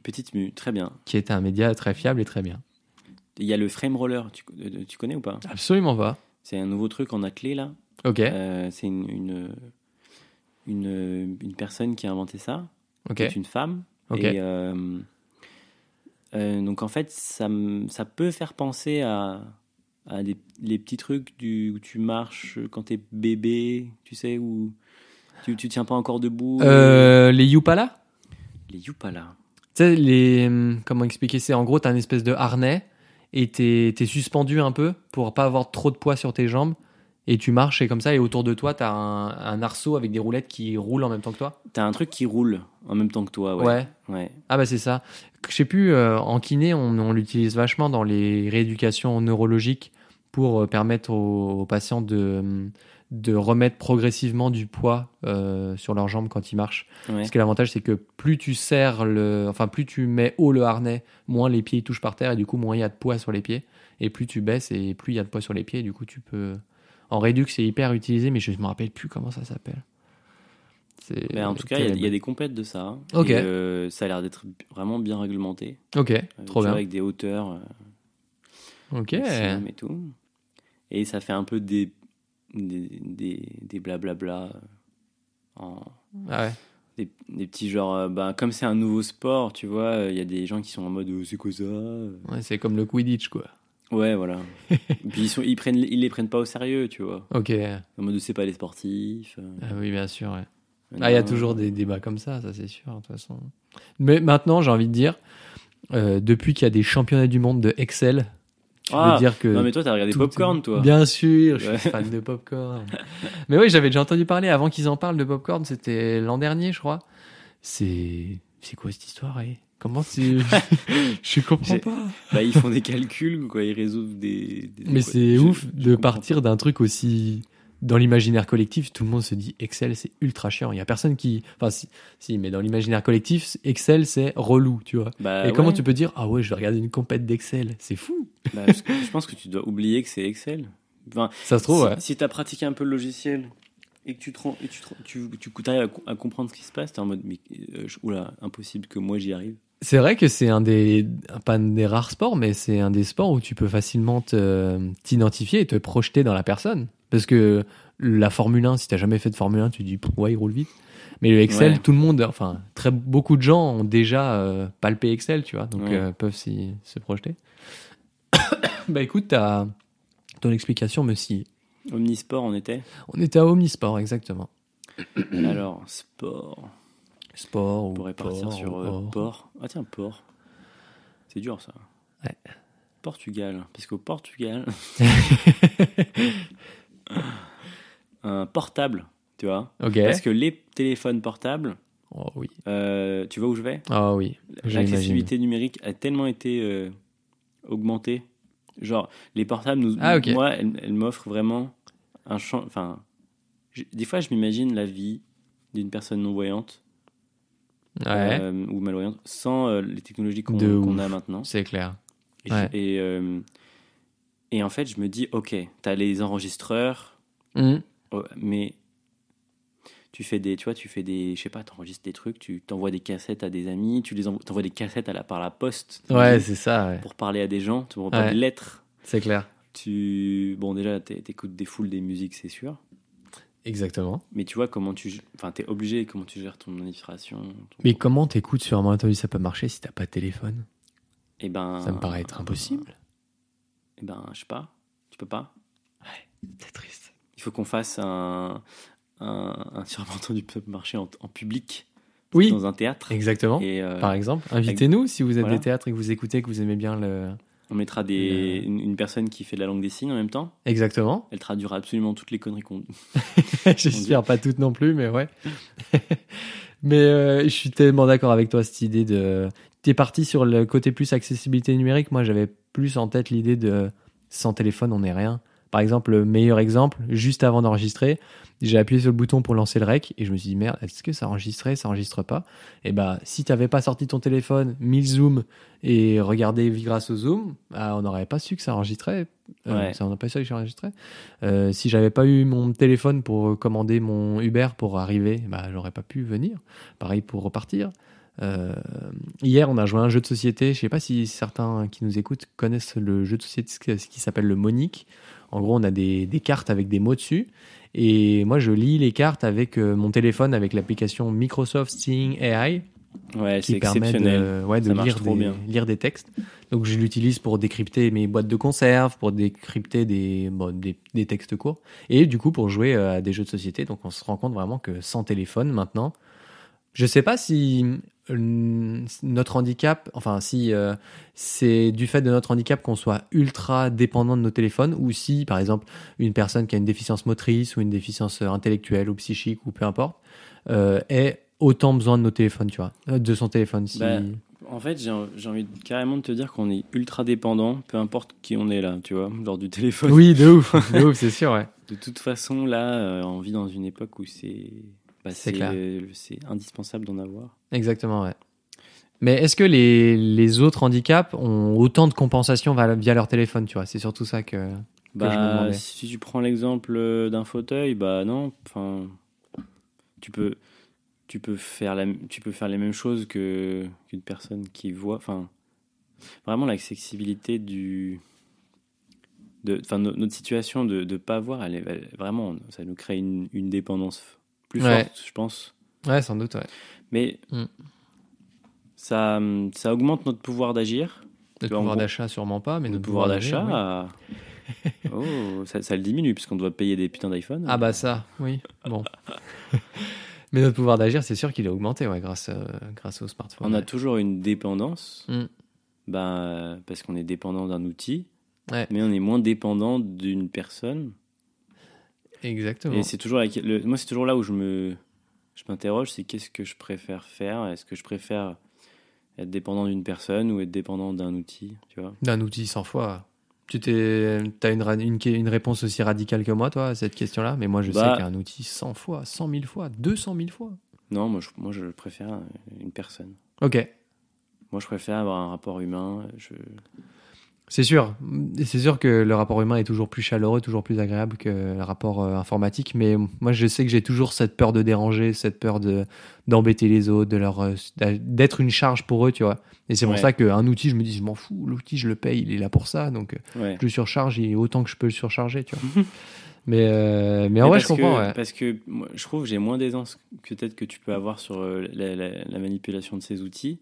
Petite mue, très bien.
qui est un média très fiable et très bien.
Il y a le frame roller, tu, euh, tu connais ou pas
Absolument pas.
C'est un nouveau truc en attelé, là.
Ok,
Euh, c'est une, une, une, une personne qui a inventé ça.
ok,
C'est une femme.
ok.
Et, euh, euh, donc en fait, ça, me- ça peut faire penser à, à des- les petits trucs du, où tu marches quand t'es bébé, tu sais, où tu, tu tiens pas encore debout.
Euh, les Yupala
Les youpala.
Tu sais, les. hum, Comment expliquer C'est en gros, t'as un espèce de harnais et t'es t'es suspendu un peu pour pas avoir trop de poids sur tes jambes. Et tu marches et comme ça, et autour de toi, t'as un, un arceau avec des roulettes qui roulent en même temps que toi.
T'as un truc qui roule en même temps que toi, ouais. Ouais.
Ah bah c'est ça. Je sais plus, euh, en kiné, on, on l'utilise vachement dans les rééducations neurologiques pour euh, permettre aux, aux patients de, hum, de remettre progressivement du poids euh, sur leurs jambes quand ils marchent.
ouais.
Parce que l'avantage, c'est que plus tu serres le. Enfin, plus tu mets haut le harnais, moins les pieds ils touchent par terre et du coup, moins il y a de poids sur les pieds. Et plus tu baisses et plus il y a de poids sur les pieds, et du coup, tu peux. En réduc, c'est hyper utilisé, mais je ne me rappelle plus comment ça s'appelle. C'est.
Mais Ben, Bah, en tout cas, il y a- il y, a des compètes de ça. hein.
Ok.
Et, euh, ça a l'air d'être vraiment bien réglementé.
Ok,
Euh,
trop
tu vois,
bien.
Avec des hauteurs. euh,
Ok. Ah
maximum et tout. Et ça fait un peu des des des, des blablabla euh, en
Ah ouais.
des, des petits genres euh, bah, comme c'est un nouveau sport, tu vois, euh, il y a des gens qui sont en mode euh, c'est quoi ça euh
Ouais, c'est comme le Quidditch, quoi.
Ouais,
(laughs)
voilà. Et Puis ils sont ils prennent ils les prennent pas au sérieux, tu vois.
Ok.
En mode c'est pas les sportifs. euh,
Ah oui, bien sûr. ouais.
nanana.
Ah, il y a toujours des débats comme ça, ça c'est sûr, de toute façon. Mais maintenant, j'ai envie de dire, euh, depuis qu'il y a des championnats du monde de Excel, tu
Ah,
veux dire que.
Non mais toi t'as regardé
tout-
Popcorn toi.
Bien sûr, je
Ouais.
suis fan de Popcorn. mais oui, j'avais déjà entendu parler avant qu'ils en parlent de Popcorn, c'était l'an dernier, je crois. C'est. C'est quoi cette histoire eh
(laughs)
Comment c'est. je comprends
J'ai-
pas.
Bah, ils font des calculs quoi, ils résolvent des, des-
Mais
des-
c'est
je-
ouf
je
de
comprends
partir d'un truc aussi dans l'imaginaire collectif, tout le monde se dit Excel, c'est ultra chiant. Il y a personne qui. Enfin, si, si mais dans l'imaginaire collectif, Excel, c'est relou, tu vois.
Bah,
Et comment
ouais.
tu peux dire Ah ouais, je vais regarder une compète d'Excel C'est fou.
Bah, je, je pense que tu dois oublier que c'est Excel. Enfin,
Ça se trouve,
si
ouais. tu
tu as pratiqué un peu le logiciel et que tu, te rends- et tu, te rends- tu, tu arrives à, co- à comprendre ce qui se passe, tu en mode mais, euh, je- oula, impossible que moi j'y arrive.
C'est vrai que c'est un des, pas un des rares sports, mais c'est un des sports où tu peux facilement te- t'identifier et te projeter dans la personne. Parce que la Formule 1, si t'as jamais fait de Formule 1, tu te dis, ouais, il roule vite. Mais le Excel,
Ouais.
tout le monde, enfin, très beaucoup de gens ont déjà euh, palpé Excel, tu vois, donc
Ouais.
euh, peuvent s'y se projeter. (coughs) bah écoute, t'as- ton explication me si
Omnisport, on
(clears throat)
était
On était à Omnisport, exactement.
Alors, sport.
Sport ou
On pourrait partir
port,
sur euh,
port.
port. Ah tiens, port. C'est dur ça.
Ouais.
Portugal. Parce qu'au
(laughs)
Portugal. un portable, tu vois.
Ok.
Parce que les téléphones portables,
Oh oui.
euh, tu vois où je vais
Ah oui. je l'imagine.
L'accessibilité numérique a tellement été euh, augmentée. Genre, les portables, nous,
Ah, ok.
moi, elles, elles m'offrent vraiment un champ. Enfin, j- des fois, je m'imagine la vie d'une personne non-voyante
Ouais.
euh, ou malvoyante sans euh, les technologies qu'on
De
qu'on
ouf.
a maintenant.
C'est clair.
Et, je-
Ouais.
et, euh, et en fait, je me dis, ok, t'as les enregistreurs,
Hmm.
oh, mais tu fais des, tu vois, tu fais des, je sais pas, t'enregistres des trucs, tu t'envoies des cassettes à des amis, tu les envo- t'envoies des cassettes à la, par la poste.
Ouais, c'est ça, ouais.
pour parler à des gens, tu envoies
Ouais.
des lettres.
c'est clair.
Tu, bon, déjà, t'é- t'écoutes des foules des musiques, c'est sûr.
Exactement.
Mais tu vois comment tu, g- enfin, t'es obligé comment tu gères ton administration. ton-
Mais comment t'écoutes sur un malentendu ça peut marcher si t'as pas de téléphone
Eh ben,
Ça me paraît être impossible.
Eh ben, je sais pas. Tu peux pas.
C'est triste.
Il faut qu'on fasse un, un, un surmontant du peuple marché en, en public
Oui,
dans un théâtre.
exactement.
Et euh,
Par exemple, invitez-nous si vous êtes
Voilà.
des théâtres et que vous écoutez, que vous aimez bien le.
on mettra des, une, une personne qui fait de la langue des signes en même temps.
(laughs) Exactement.
Elle traduira absolument toutes les conneries qu'on.
(laughs)
(laughs)
J'espère pas toutes non plus, mais ouais. (laughs) mais euh, je suis tellement d'accord avec toi, cette idée de. T'es parti sur le côté plus accessibilité numérique. Moi, j'avais plus en tête l'idée de sans téléphone, on n'est rien. Par exemple, le meilleur exemple, juste avant d'enregistrer, j'ai appuyé sur le bouton pour lancer le rec et je me suis dit merde, est-ce que ça enregistrait, ça enregistre pas Et bah, si t'avais pas sorti ton téléphone, mis le zoom et regardé grâce au zoom, bah, on n'aurait pas su que ça enregistrait. Euh,
Ouais.
ça, on n'a pas su que ça enregistrait. Euh, si j'avais pas eu mon téléphone pour commander mon Uber pour arriver, bah, j'aurais pas pu venir. Pareil pour repartir. Euh, hier, on a joué à un jeu de société. Je sais pas si certains qui nous écoutent connaissent le jeu de société ce qui s'appelle le Monique. En gros, on a des, des cartes avec des mots dessus. Et moi, je lis les cartes avec euh, mon téléphone, avec l'application Microsoft Seeing AI
Ouais, c'est
qui permet
exceptionnel.
de, euh, ouais, de
Ça marche
lire,
trop
des,
bien.
lire des textes. Donc je l'utilise pour décrypter mes boîtes de conserve, pour décrypter des, bon, des, des textes courts, et du coup pour jouer euh, à des jeux de société. Donc on se rend compte vraiment que sans téléphone maintenant, je sais pas si euh, notre handicap, enfin si euh, c'est du fait de notre handicap qu'on soit ultra dépendant de nos téléphones, ou si par exemple une personne qui a une déficience motrice ou une déficience euh, intellectuelle ou psychique ou peu importe, euh, ait autant besoin de nos téléphones, tu vois, euh, de son téléphone. Si...
Bah, En fait, j'ai j'ai envie de- carrément de te dire qu'on est ultra dépendant, peu importe qui on est là, tu vois, lors du téléphone.
Oui, de
(laughs)
ouf, de ouf, c'est sûr, ouais.
De toute façon, là, euh, on vit dans une époque où c'est bah,
C'est
c'est
clair.
euh, c'est indispensable d'en avoir.
Exactement, ouais. Mais est-ce que les, les autres handicaps ont autant de compensation va- via leur téléphone, tu vois C'est surtout ça que. me
Bah,
demandais.
si tu prends l'exemple euh, d'un fauteuil, bah non, enfin, tu peux, tu peux faire la, tu peux faire les mêmes choses que qu'une personne qui voit, enfin, vraiment l'accessibilité du, de, enfin, no- notre situation de ne pas voir, elle est elle- vraiment, ça nous crée une, une dépendance plus
Ouais.
forte, je pense.
Ouais, sans doute, ouais.
Mais
Mm.
ça, hum, ça augmente notre pouvoir d'agir,
Notre
vois, en
pouvoir
gros,
d'achat, sûrement pas, mais
notre
notre
pouvoir d'achat.
oui.
à- (laughs) Oh, ça, ça le diminue puisqu'on doit payer des putains d'iPhone.
Ah, bah ça, oui. Bon. (laughs) mais notre pouvoir d'agir, c'est sûr qu'il est augmenté, ouais, grâce, euh, grâce au smartphone.
On a
ouais.
toujours une dépendance,
Mm.
ben, euh, parce qu'on est dépendant d'un outil,
Ouais.
mais on est moins dépendant d'une personne.
Exactement.
Et c'est toujours la- le- moi, c'est toujours là où je me, je m'interroge, c'est qu'est-ce que je préfère faire Est-ce que je préfère être dépendant d'une personne ou être dépendant d'un outil Tu vois
D'un outil 100 fois. Tu t'es, t'as une, ra- une, une réponse aussi radicale que moi, toi, à cette question-là Mais moi, je
Bah.
sais qu'un outil 100 fois, 100 000 fois, 200 000 fois.
Non, moi je, moi, je préfère une personne.
Ok,
Moi, je préfère avoir un rapport humain. Je...
c'est sûr. C'est sûr que le rapport humain est toujours plus chaleureux, toujours plus agréable que le rapport euh, informatique. Mais moi, je sais que j'ai toujours cette peur de déranger, cette peur de, d'embêter les autres, de leur, euh, d'être une charge pour eux, tu vois. Et c'est pour
Ouais.
ça qu'un outil, je me dis, je m'en fous, l'outil, je le paye, il est là pour ça. Donc, euh,
Ouais.
je le surcharge et autant que je peux le surcharger, tu vois.
(laughs)
mais, euh, mais en
Mais
vrai, je
parce
comprends.
que-
ouais.
Parce que moi, je trouve que j'ai moins d'aisance que peut-être que tu peux avoir sur euh, la, la- la manipulation de ces outils.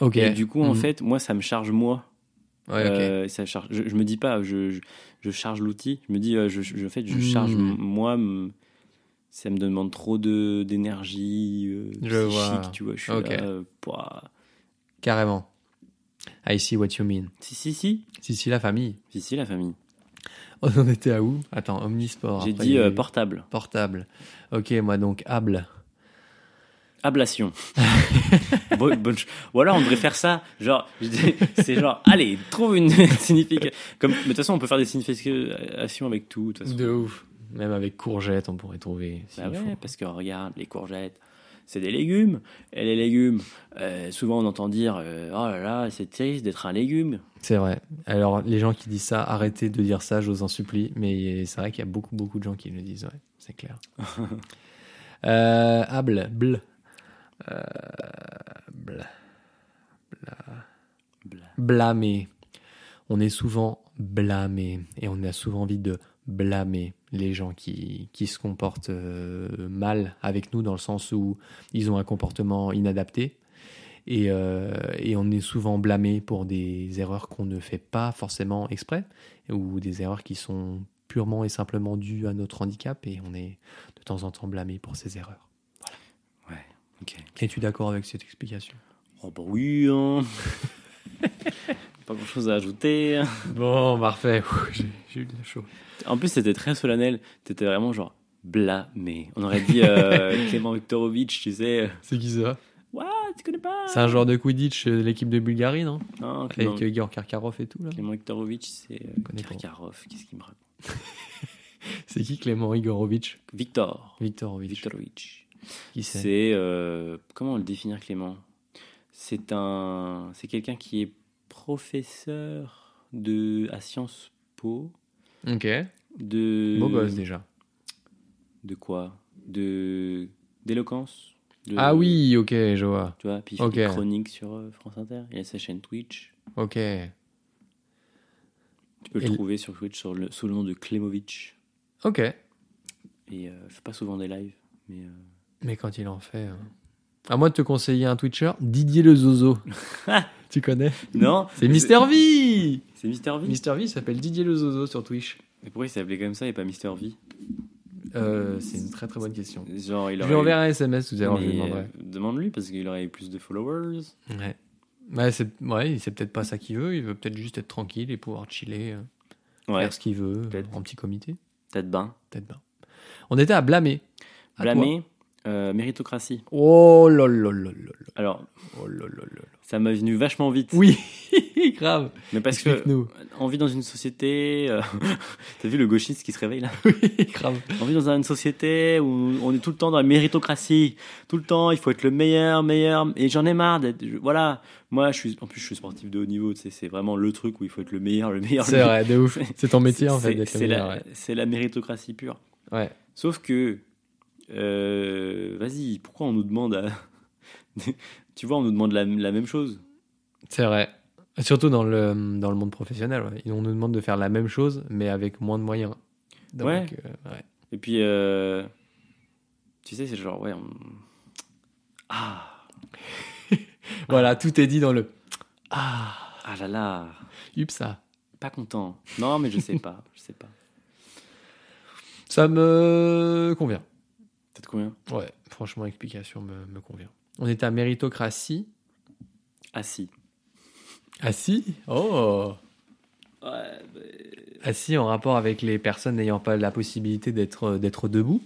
Ok.
Et du coup, en
Mhm.
fait, moi, ça me charge moi.
Ouais, ok.
Euh, ça charge, je, je me dis pas, je, je, je charge l'outil. Je me dis, euh, je, je, en fait, je
Mhm.
charge m- moi. m- ça me demande trop de d'énergie euh,
Je
psychique,
vois.
tu vois. Je suis
Ok.
là, euh, pouah.
Carrément. I see what you mean.
Si, si, si.
Si, si, la famille. (laughs)
Si, si, la famille.
On en était à où Attends, Omnisport.
J'ai
après,
dit
il y a
euh,
eu
portable.
portable. Ok, moi donc, able.
Ablation. Bo- bonne ch- Ou alors on devrait faire ça, genre, je dis- c'est genre, allez, trouve une (laughs) signification. Comme, mais de toute façon, on peut faire des significations avec tout. De toute façon.
De ouf. Même avec courgette, on pourrait trouver. s'il
Bah ouais,
faut.
parce que regarde, les courgettes, c'est des légumes. Et les légumes, euh, souvent on entend dire, euh, oh là là, c'est triste d'être un légume.
C'est vrai. Alors, les gens qui disent ça, arrêtez de dire ça, je vous en supplie. Mais c'est vrai qu'il y a beaucoup, beaucoup de gens qui le disent, ouais, c'est clair. euh, able, bl. Euh, bl.
Bla.
blâmer. On est souvent blâmé et on a souvent envie de blâmer les gens qui, qui se comportent euh, mal avec nous dans le sens où ils ont un comportement inadapté et, euh, et on est souvent blâmé pour des erreurs qu'on ne fait pas forcément exprès ou des erreurs qui sont purement et simplement dues à notre handicap et on est de temps en temps blâmé pour ces erreurs.
Ok.
Es-tu d'accord avec cette explication
Oh bah oui, hein. Pas grand chose à ajouter. hein.
Bon, parfait, (laughs) Ouh, j'ai j'ai eu de la chaud.
En plus, c'était très solennel. T'étais vraiment genre, blâmé. On aurait dit euh, Clément Viktorovitch, tu sais. euh,
C'est qui ça
Ah, tu connais pas
C'est un joueur de Quidditch euh, de l'équipe de Bulgarie, non
Non, Clément,
Avec euh, Georg Karkarov et tout, là.
Clément Viktorovitch, c'est euh,
Je connais pas.
Karkarov. Qu'est-ce qu'il me raconte
C'est qui Clément Igorovitch
Victor.
Viktorovitch.
Viktorovitch.
Qui c'est
C'est. euh, comment le définir, Clément C'est un. C'est quelqu'un qui est professeur de, à Sciences Po.
Ok.
De.
Beau gosse déjà.
De quoi De. D'éloquence de-
Ah oui, ok, je vois.
Tu vois, puis il fait
Ok.
des chroniques sur euh, France Inter. Il a sa chaîne Twitch.
Ok.
Tu peux
Et
le
le-
trouver sur Twitch sur le, sous le nom de Klemovic.
Ok.
Et euh, il fait pas souvent des lives, mais. euh,
Mais quand il en fait. euh, À moi de te conseiller un Twitcher, Didier le
(laughs)
Zozo. tu connais
Non
C'est Mister V
C'est Mister V
Mister V s'appelle Didier le Zozo sur Twitch.
Mais pourquoi il s'appelait comme ça et pas Mister V
Euh, c'est une très très bonne question.
Genre, il
Je
aurait.
lui enverrai un SMS tout à l'heure, je lui
Mais,
demanderai.
euh, Demande-lui parce qu'il aurait eu plus de followers.
Ouais. Ouais, c'est ouais, c'est peut-être pas ça qu'il veut. Il veut peut-être juste être tranquille et pouvoir chiller, euh,
Ouais,
faire ce qu'il veut, euh,
peut-être.
en petit comité.
peut-être bien.
Peut-être pas. On était à blâmer. À
Blâmer, euh, méritocratie.
toi. Oh là là là là là.
Alors,
Oh là là là là.
ça m'a venu vachement vite.
Oui, (laughs) grave.
Mais parce que (laughs) euh,
Explique-nous.
on vit dans une société. euh, (laughs) T'as vu le gauchiste qui se réveille là
Oui, grave.
On vit dans une société où on est tout le temps dans la méritocratie. Tout le temps, il faut être le meilleur, meilleur. Et j'en ai marre d'être. je- Voilà. Moi, je suis. En plus, je suis sportif de haut niveau. tu sais, C'est vraiment le truc où il faut être le meilleur, le meilleur. le
C'est
meilleur.
vrai,
(laughs)
de ouf. C'est ton métier en
C'est-
fait d'être
C'est
meilleur,
la, c'est la méritocratie pure.
Ouais. Ouais.
Sauf que, euh, vas-y, pourquoi on nous demande à- (laughs) tu vois, on nous demande la, la même chose.
C'est vrai. Surtout dans le, dans le monde professionnel. ouais. On nous demande de faire la même chose, mais avec moins de moyens. Donc,
Ouais.
euh, ouais.
Et puis, euh, tu sais, c'est genre, ouais, on- ah,
Voilà, tout est dit dans le. Ah,
ah là là,
ça.
pas content. Non, mais je sais pas, je sais (laughs) pas.
Ça me convient.
Peut-être combien
Ouais, franchement, explication me, me convient. On est à méritocratie.
Ah si.
Ah si Oh
Ouais,
Ah si, en rapport avec les personnes n'ayant pas la possibilité d'être euh, d'être debout.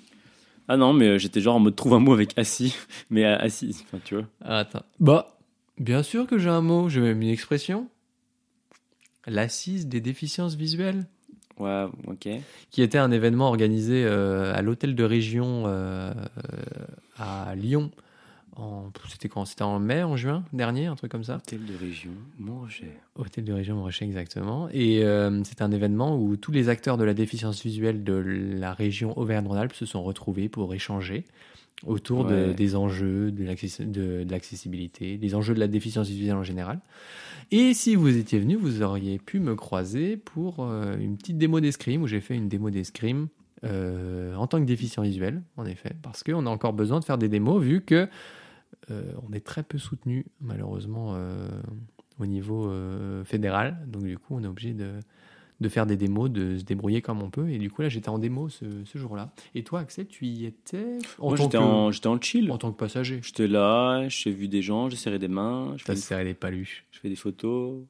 Ah non, mais euh, j'étais genre en mode trouve un mot avec assis, (laughs) mais euh, assis, enfin, tu vois.
Attends. Bah, bien sûr que j'ai un mot, j'ai même une expression. l'assise des déficiences visuelles,
Ouais, ok.
qui était un événement organisé euh, à l'hôtel de région euh, à Lyon. en- C'était quand C'était en mai, en juin dernier, un truc comme ça.
Hôtel de région, mon cher.
Hôtel de région Morochet, exactement. Et euh, c'est un événement où tous les acteurs de la déficience visuelle de la région Auvergne-Rhône-Alpes se sont retrouvés pour échanger autour de-
Ouais.
des enjeux de l'accessi- de- de l'accessibilité, des enjeux de la déficience visuelle en général. Et si vous étiez venu, vous auriez pu me croiser pour euh, une petite démo d'escrime où j'ai fait une démo d'escrime euh, en tant que déficient visuel, en effet, parce qu'on a encore besoin de faire des démos vu que euh, on est très peu soutenu malheureusement euh, au niveau euh, fédéral. Donc du coup, on est obligé de, de faire des démos, de se débrouiller comme on peut. Et du coup, là, j'étais en démo ce, ce jour-là. Et toi, Axel, tu y étais en,
Moi,
tant,
j'étais
que,
en, j'étais en chill.
en tant que passager.
J'étais là, j'ai vu des gens, j'ai serré des mains, je
T'as
fais, des,
serré les paluches.
je fais des photos.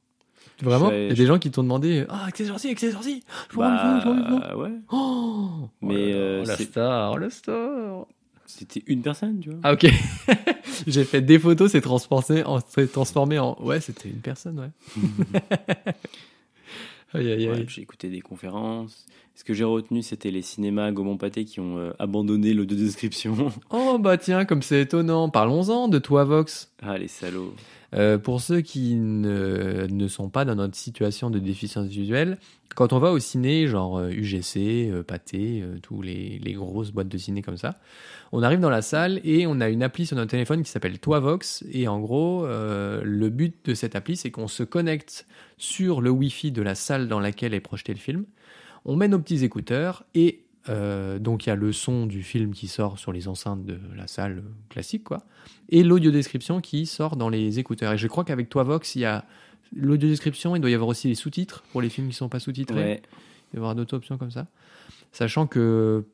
Vraiment
Je-
Il y a des gens qui t'ont demandé Ah, Axel Sorcier, Axel Sorcier Je vous rends, je vous rends, je vous rends.
Bah, ouais.
Oh
Mais,
Oh là là,
euh,
oh la
c'est-
star, oh la star
C'était une personne, tu vois.
Ah ok, (laughs) j'ai fait des photos, c'est transformé en, c'est transformé en... Ouais, c'était une personne, ouais. aïe, aïe,
Ouais,
aïe.
j'ai écouté des conférences. Ce que j'ai retenu, c'était les cinémas Gaumont-Pâté qui ont euh, abandonné le de description.
Oh bah tiens, comme c'est étonnant, parlons-en de toi, Vox.
(laughs) ah, les salauds.
Euh, pour ceux qui ne, ne sont pas dans notre situation de déficience visuelle, quand on va au ciné, genre euh, UGC, euh, Pathé, euh, tous les, les grosses boîtes de ciné comme ça, on arrive dans la salle et on a une appli sur notre téléphone qui s'appelle Toivox. Et en gros, euh, le but de cette appli, c'est qu'on se connecte sur le Wi-Fi de la salle dans laquelle est projeté le film. On met nos petits écouteurs et euh, donc il y a le son du film qui sort sur les enceintes de la salle euh, classique, quoi et l'audiodescription qui sort dans les écouteurs. Et je crois qu'avec toi, Vox, il y a l'audiodescription, il doit y avoir aussi les sous-titres pour les films qui ne sont pas sous-titrés.
Ouais.
Il doit y avoir d'autres options comme ça. Sachant que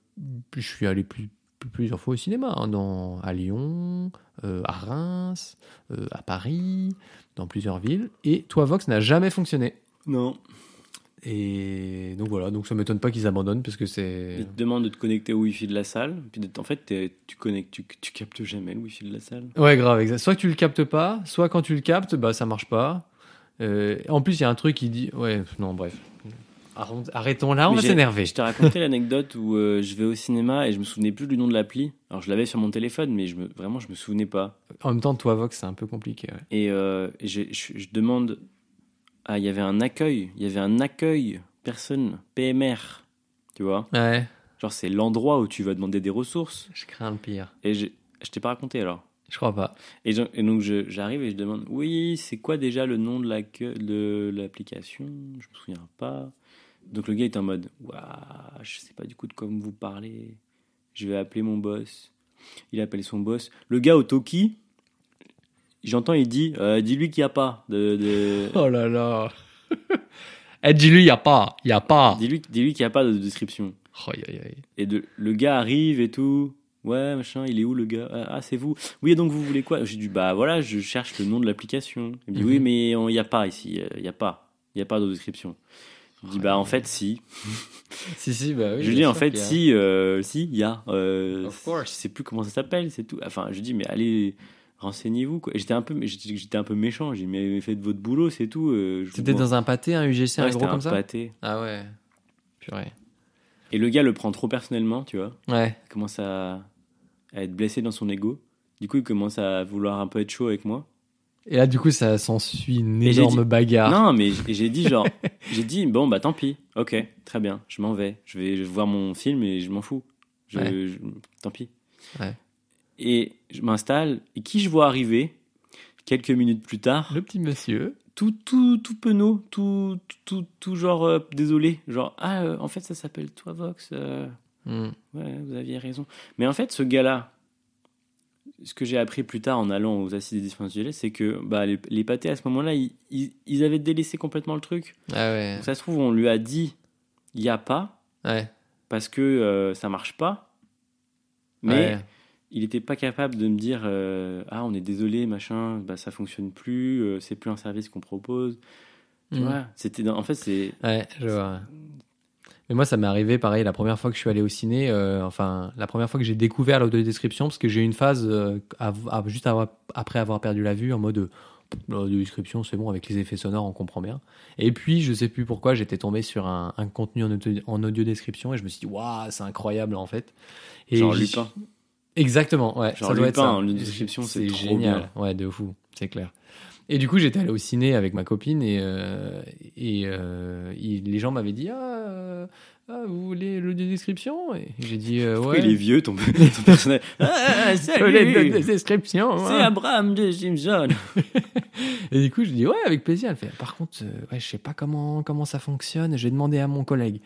je suis allé plus- plus- plusieurs fois au cinéma, hein, dans, à Lyon, euh, à Reims, euh, à Paris, dans plusieurs villes. Et toi, Vox n'a jamais fonctionné.
Non.
Et donc voilà, donc ça m'étonne pas qu'ils abandonnent parce que c'est.
Ils te demandent de te connecter au Wi-Fi de la salle. Puis de- en fait, t'es- tu, connectes, tu, tu captes jamais le Wi-Fi de la salle.
Ouais, grave, exact. Soit tu le captes pas, soit quand tu le captes, bah ça marche pas. Euh, en plus, il y a un truc qui dit. Ouais, pff, non, bref. Arrond- Arrêtons là, on
Mais
va
j'ai-
s'énerver.
Je t'ai raconté (laughs) l'anecdote où euh, je vais au cinéma et je me souvenais plus du nom de l'appli. Alors, je l'avais sur mon téléphone, mais je me, vraiment, je me souvenais pas.
En même temps, toi, Vox, c'est un peu compliqué. ouais.
Et euh, je, je- je demande. Ah, il y avait un accueil. Il y avait un accueil personne, PMR. Tu vois
Ouais.
Genre, c'est l'endroit où tu vas demander des ressources.
je crains le pire.
Et je, je t'ai pas raconté alors.
Je crois pas.
Et, je- et donc, je- j'arrive et je demande Oui, c'est quoi déjà le nom de l'accueil- de l'application Je me souviens pas. Donc, le gars est en mode Waouh, je sais pas du coup de quoi vous parlez. Je vais appeler mon boss. Il appelle son boss. Le gars au Toki, j'entends, il dit Euh, Dis-lui qu'il n'y a pas de- de,
(laughs) Oh là là. Eh, dis-lui, y a pas. Y a pas.
Dis-lui dis-lui qu'il n'y a pas de description.
Oh, aïe, aïe, aïe.
Et de, le gars arrive et tout. Ouais, machin, il est où le gars Ah, ah, c'est vous. Oui, donc vous voulez quoi J'ai dit, bah voilà, je cherche le nom de l'application. Il me dit,
Mhm.
oui, mais il n'y a pas ici. euh, Il n'y a pas. Il n'y a pas de description. Je dis, bah en fait, si.
Si, si, bah oui.
je lui dis,
bien
en
sûr
fait,
qu'il y a-
si, euh, si, il y a. Euh,
Of course.
Je sais plus comment ça s'appelle, c'est tout. Enfin, je dis, mais allez, renseignez-vous. quoi. Et J'étais un, peu- j'étais j'étais un peu méchant. J'ai dit, mais faites votre boulot, c'est tout. euh, je vous
C'était
demande-
dans un pâté, un UGC,
Ouais,
un
c'était
gros
un
comme ça
pâté.
Ah ouais. Purée.
Et le gars le prend trop personnellement, tu vois.
Ouais.
il commence à, à être blessé dans son ego. Du coup, il commence à vouloir un peu être chaud avec moi.
Et là, du coup, ça s'ensuit une
Et j'ai
énorme
dit-
bagarre.
Non, mais j- j'ai dit
(laughs)
genre, j'ai dit bon bah tant pis, ok, très bien, je m'en vais, je vais voir mon film et je m'en fous, Je-
Ouais.
je- tant pis.
Ouais.
Et je m'installe et qui je vois arriver quelques minutes plus tard,
Le petit monsieur.
tout tout tout penaud, tout tout tout, tout genre euh, désolé, genre ah euh, en fait ça s'appelle toi Vox. euh,
Hmm.
Ouais, vous aviez raison. Mais en fait, ce gars-là, ce que j'ai appris plus tard en allant aux assises des déficiences visuelles, c'est que bah, les, les pâtés, à ce moment-là, ils, ils- ils avaient délaissé complètement le truc.
Ah ouais.
Donc, ça se trouve, on lui a dit il n'y a pas,
Ouais.
parce que euh, ça marche pas. Mais
Ouais.
il n'était pas capable de me dire euh, Ah, on est désolé, machin, bah, ça fonctionne plus, euh, c'est plus un service qu'on propose. Tu
Mm.
vois, c'était dans- en fait, c'est.
Ouais, je vois. Mais moi, ça m'est arrivé pareil la première fois que je suis allé au ciné. euh, enfin, la première fois que j'ai découvert l'autodescription, parce que j'ai eu une phase euh, av- av- juste av- après avoir perdu la vue en mode euh, l'audio description, c'est bon, avec les effets sonores, on comprend bien. Et puis, je sais plus pourquoi, j'étais tombé sur un, un contenu en audio, en audio description et je me suis dit, waouh, c'est incroyable en fait. Et
Genre
j'y
Lupin.
Exactement, ouais.
Genre
ça doit
Lupin,
être ça.
en audio description, c'est trop
génial. Ouais, de fou, c'est clair. Et du coup, j'étais allé au ciné avec ma copine et, euh, et euh, il- les gens m'avaient dit ah, euh, ah, vous voulez l'audio description Et j'ai dit euh,
Pourquoi
ouais. (laughs)
il est vieux, ton, (laughs) ton personnage Ah, (laughs)
L'audio
salut
description.
C'est
ouais.
Abraham de Simpson
Et du coup, je dis ouais, avec plaisir. Elle fait par contre, euh, ouais, je sais pas comment comment ça fonctionne. Je vais demander à mon collègue.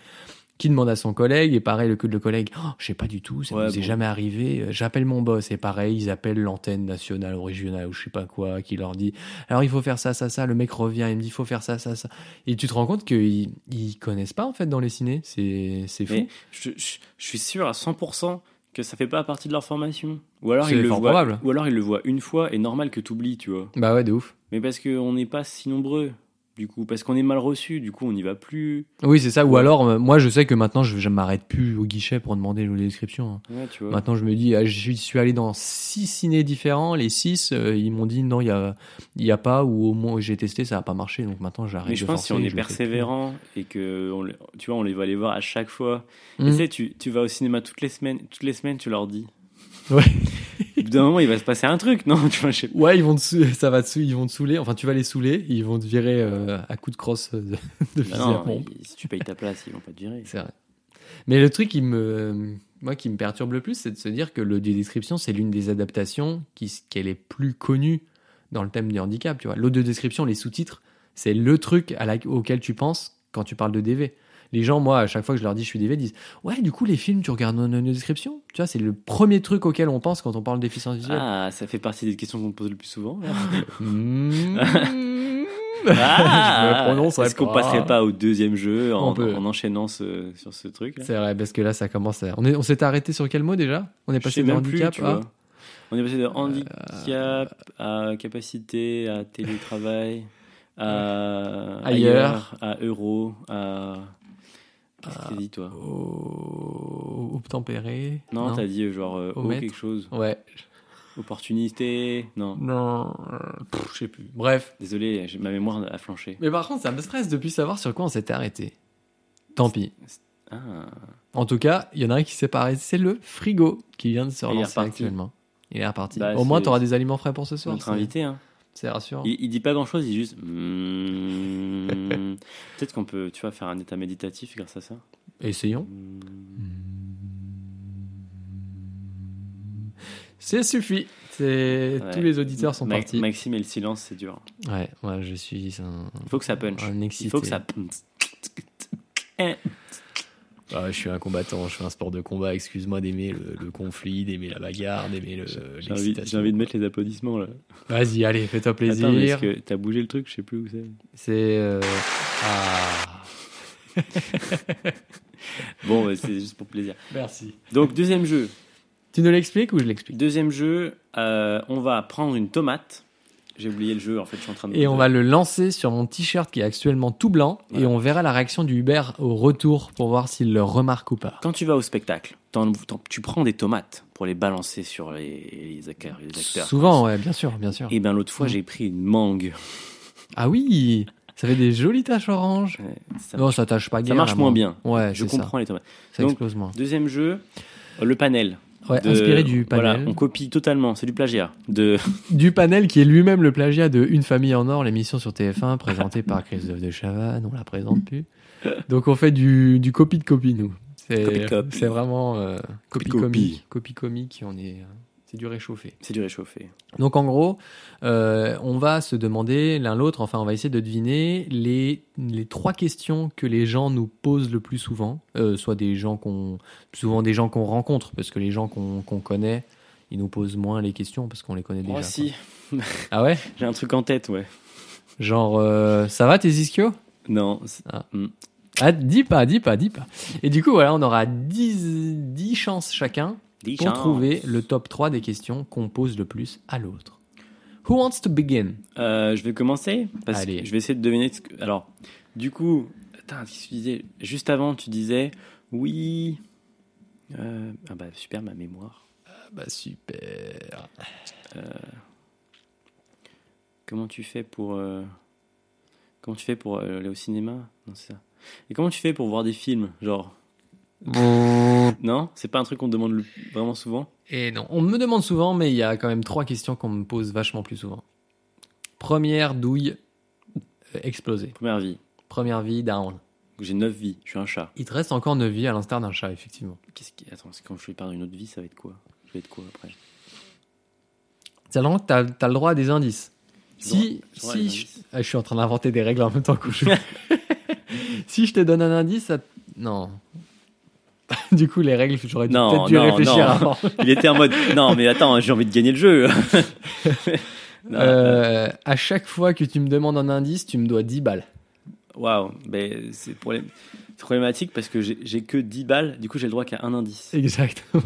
Qui demande à son collègue et pareil le coup de le collègue. Oh, je sais pas du tout, ça
Ouais,
nous est
bon.
jamais arrivé. Euh, J'appelle mon boss et pareil, ils appellent l'antenne nationale ou régionale ou je sais pas quoi qui leur dit. Alors il faut faire ça ça ça. Le mec revient, il me dit il faut faire ça ça ça. Et tu te rends compte qu'ils ils connaissent pas en fait dans les ciné. C'est c'est fou.
Mais je, je- je suis sûr à 100% que ça fait pas partie de leur formation. Ou alors,
C'est
ils le
fort
voient,
probable.
ou alors ils le voient une fois et normal que tu oublies, tu vois.
Bah ouais de ouf.
Mais parce qu'on n'est pas si nombreux, du coup. Parce qu'on est mal reçu, du coup, on n'y va plus.
Oui c'est ça. Ou
Ouais.
alors euh, moi je sais que maintenant je, je m'arrête plus au guichet pour demander les descriptions. hein.
Ouais, tu vois.
Maintenant, je me dis, ah, je suis allé dans six ciné différents. Les six, euh, ils m'ont dit non, il n'y a, il y a pas, ou au moins j'ai testé, ça n'a pas marché. Donc maintenant, j'arrête.
Mais je
de
pense que si
forcer,
on est
je le fais plus.
persévérant et que on, le- tu vois on les va les voir à chaque fois. Et
Mhm.
tu sais tu, tu vas au cinéma toutes les semaines, toutes les semaines tu leur dis.
Ouais.
Au bout d'un moment il va se passer un truc non (laughs) tu vois je sais pas.
Ouais, ils vont te, sou- (laughs) ça va te, sou- ils vont te saouler. Enfin, tu vas les saouler. Ils vont te virer euh, à coups de crosse euh, de, de fusil
Bah
à
non,
pompe.
ils- si tu payes ta place ils vont pas te virer.
C'est vrai. Mais le truc qui me, moi, qui me perturbe le plus, c'est de se dire que l'audio description, c'est l'une des adaptations qui, qu'elle est plus connue dans le thème du handicap. Tu vois, l'audio description, les sous-titres, c'est le truc à la- auquel tu penses quand tu parles de DV. Les gens, moi, à chaque fois que je leur dis je suis DV, ils disent ouais, du coup, les films, tu regardes en audio description. Tu vois, c'est le premier truc auquel on pense quand on parle déficience visuelle.
Ah ça fait partie des questions qu'on me pose le plus souvent. (laughs)
Mmh.
Ah,
(laughs) Je me prononcerai
Est-ce qu'on
pas.
passerait pas au deuxième jeu en,
On peut.
en enchaînant ce- sur ce truc là
c'est vrai, parce que là, ça commence. À... On est- on s'est arrêté sur quel mot déjà On est
Je
passé
sais
de
même plus
handicap hein Euh,
tu
à-
vois. On est passé de handicap à capacité, à télétravail, à
(laughs) Ailleurs.
à euro, à. Qu'est-ce que t'as dit toi
au... obtempérer.
Non, t'as dit euh, genre euh,
Au
au
maître.
quelque chose.
Ouais.
Opportunité. Non,
Non. euh, Je sais plus. Bref.
désolé, j'ai- ma mémoire a flanché.
Mais par contre, ça me stresse de plus savoir sur quoi on s'était arrêté. Tant pis.
Ah,
En tout cas, il y en a un qui s'est pas arrêté. C'est le frigo qui vient de se
il est
relancer
reparti.
actuellement. Il est reparti.
Bah,
Au moins,
c'est-
t'auras des aliments frais pour ce
c'est
soir.
notre
c'est-
invité. Hein.
C'est rassurant.
Il, il dit pas grand chose, il dit juste. (laughs) Mm. Peut-être qu'on peut, tu vois, faire un état méditatif grâce à ça.
Essayons.
Mm.
C'est suffit. C'est...
Ouais.
Tous les auditeurs sont
Ma-
partis.
Maxime et le silence, c'est dur.
Ouais, ouais, je suis un,
Il faut que ça punch.
un excité.
Il faut que ça.
Ah, je suis un combattant, je fais un sport de combat, excuse-moi d'aimer le, le conflit, d'aimer la bagarre, d'aimer le-
J'ai envie, j'ai
l'excitation.
envie de mettre les applaudissements là.
Vas-y, allez, fais-toi plaisir.
Attends, mais est-ce que t'as bougé le truc Je sais plus où c'est.
C'est... euh, Ah...
Bon, bah, c'est juste pour plaisir.
Merci.
Donc, deuxième jeu.
Tu nous l'expliques ou je l'explique
Deuxième jeu, euh, on va prendre une tomate. J'ai oublié le jeu, en fait, je suis en train de.
Et on va le lancer sur mon t-shirt qui est actuellement tout blanc et
Voilà.
on verra la réaction du Uber au retour pour voir s'il le remarque ou pas.
Quand tu vas au spectacle, t'en- t'en- tu prends des tomates pour les balancer sur les, les acteurs. les acteurs.
Souvent, ouais, bien sûr, bien sûr.
Et bien, Ah. Eh ben, l'autre fois,
Mm.
j'ai pris une mangue.
Ah oui Ça fait des jolies taches orange.
Ouais, ça,
Non, ça tâche pas guère.
ça marche
Oh, la
moins
mangue.
bien.
Ouais,
Je
c'est ça.
comprends les tomates.
Ça
Donc,
explose moins.
Deuxième jeu, le panel.
Ouais,
de-
inspiré du panel.
Voilà, on copie totalement, c'est du plagiat. De... (laughs)
du panel qui est lui-même le plagiat de Une famille en or, l'émission sur TF1 présentée par Christophe de Chavannes, on la présente plus. Donc on fait du, du copie de copie nous.
Copie de
C'est
copie.
c'est vraiment euh,
Copie
copie
de
comique, copie comique, on est euh, c'est du réchauffé.
C'est du réchauffé.
Donc en gros, euh, on va se demander l'un l'autre, enfin on va essayer de deviner les, les trois questions que les gens nous posent le plus souvent, Euh, soit des gens qu'on souvent des gens qu'on rencontre parce que les gens qu'on qu'on connaît, ils nous posent moins les questions parce qu'on les connaît déjà.
Moi aussi,
quoi. Ah ouais
Oh, j'ai un truc en tête, ouais.
Genre, euh, ça va tes ischios
Non, c'est-
Ah, dis pas, dis pas, dis pas. Et du coup, voilà, on aura 10, 10 chances chacun
Dix
pour
chances.
trouver le top 3 des questions qu'on pose le plus à l'autre. Who wants to begin
Euh, je vais commencer parce
Allez.
que je vais essayer de deviner. ce que- Alors, du coup, attends, qu'est-ce que tu disais Juste avant, tu disais oui. euh, Ah bah super, ma
Ah
mémoire.
Bah super.
Comment tu fais pour. euh, Comment tu fais pour euh, aller au cinéma Non, c'est ça. Et comment tu fais pour voir des films Genre. Non C'est pas un truc qu'on te demande le- vraiment souvent
Et non, on me demande souvent, mais il y a quand même trois questions qu'on me pose vachement plus souvent. Première douille euh, explosée.
Première vie.
Première vie down.
J'ai 9 vies, je suis un chat.
Il te reste encore 9 vies à l'instar d'un chat, effectivement.
Qu'est-ce qui. Attends, parce que quand je vais perdre une autre vie, ça va être quoi Je vais être quoi après
Seulement, tu as, le droit à des indices.
J'ai
Si,
le droit- j'ai le droit à des
si je, Ah, je suis en train d'inventer des règles en même temps que je Si je te donne un indice, ça... Non. (laughs) du coup, les règles, j'aurais dû-
Non,
peut-être dû
non,
réfléchir
non.
avant.
Il était en mode. Non, mais attends, j'ai envie de gagner le jeu. (laughs) Non,
Euh, à chaque fois que tu me demandes un indice, tu me dois 10 balles.
Waouh, ben, c'est problém- c'est problématique parce que j'ai- j'ai que 10 balles, du coup j'ai le droit qu'à un indice.
Exactement.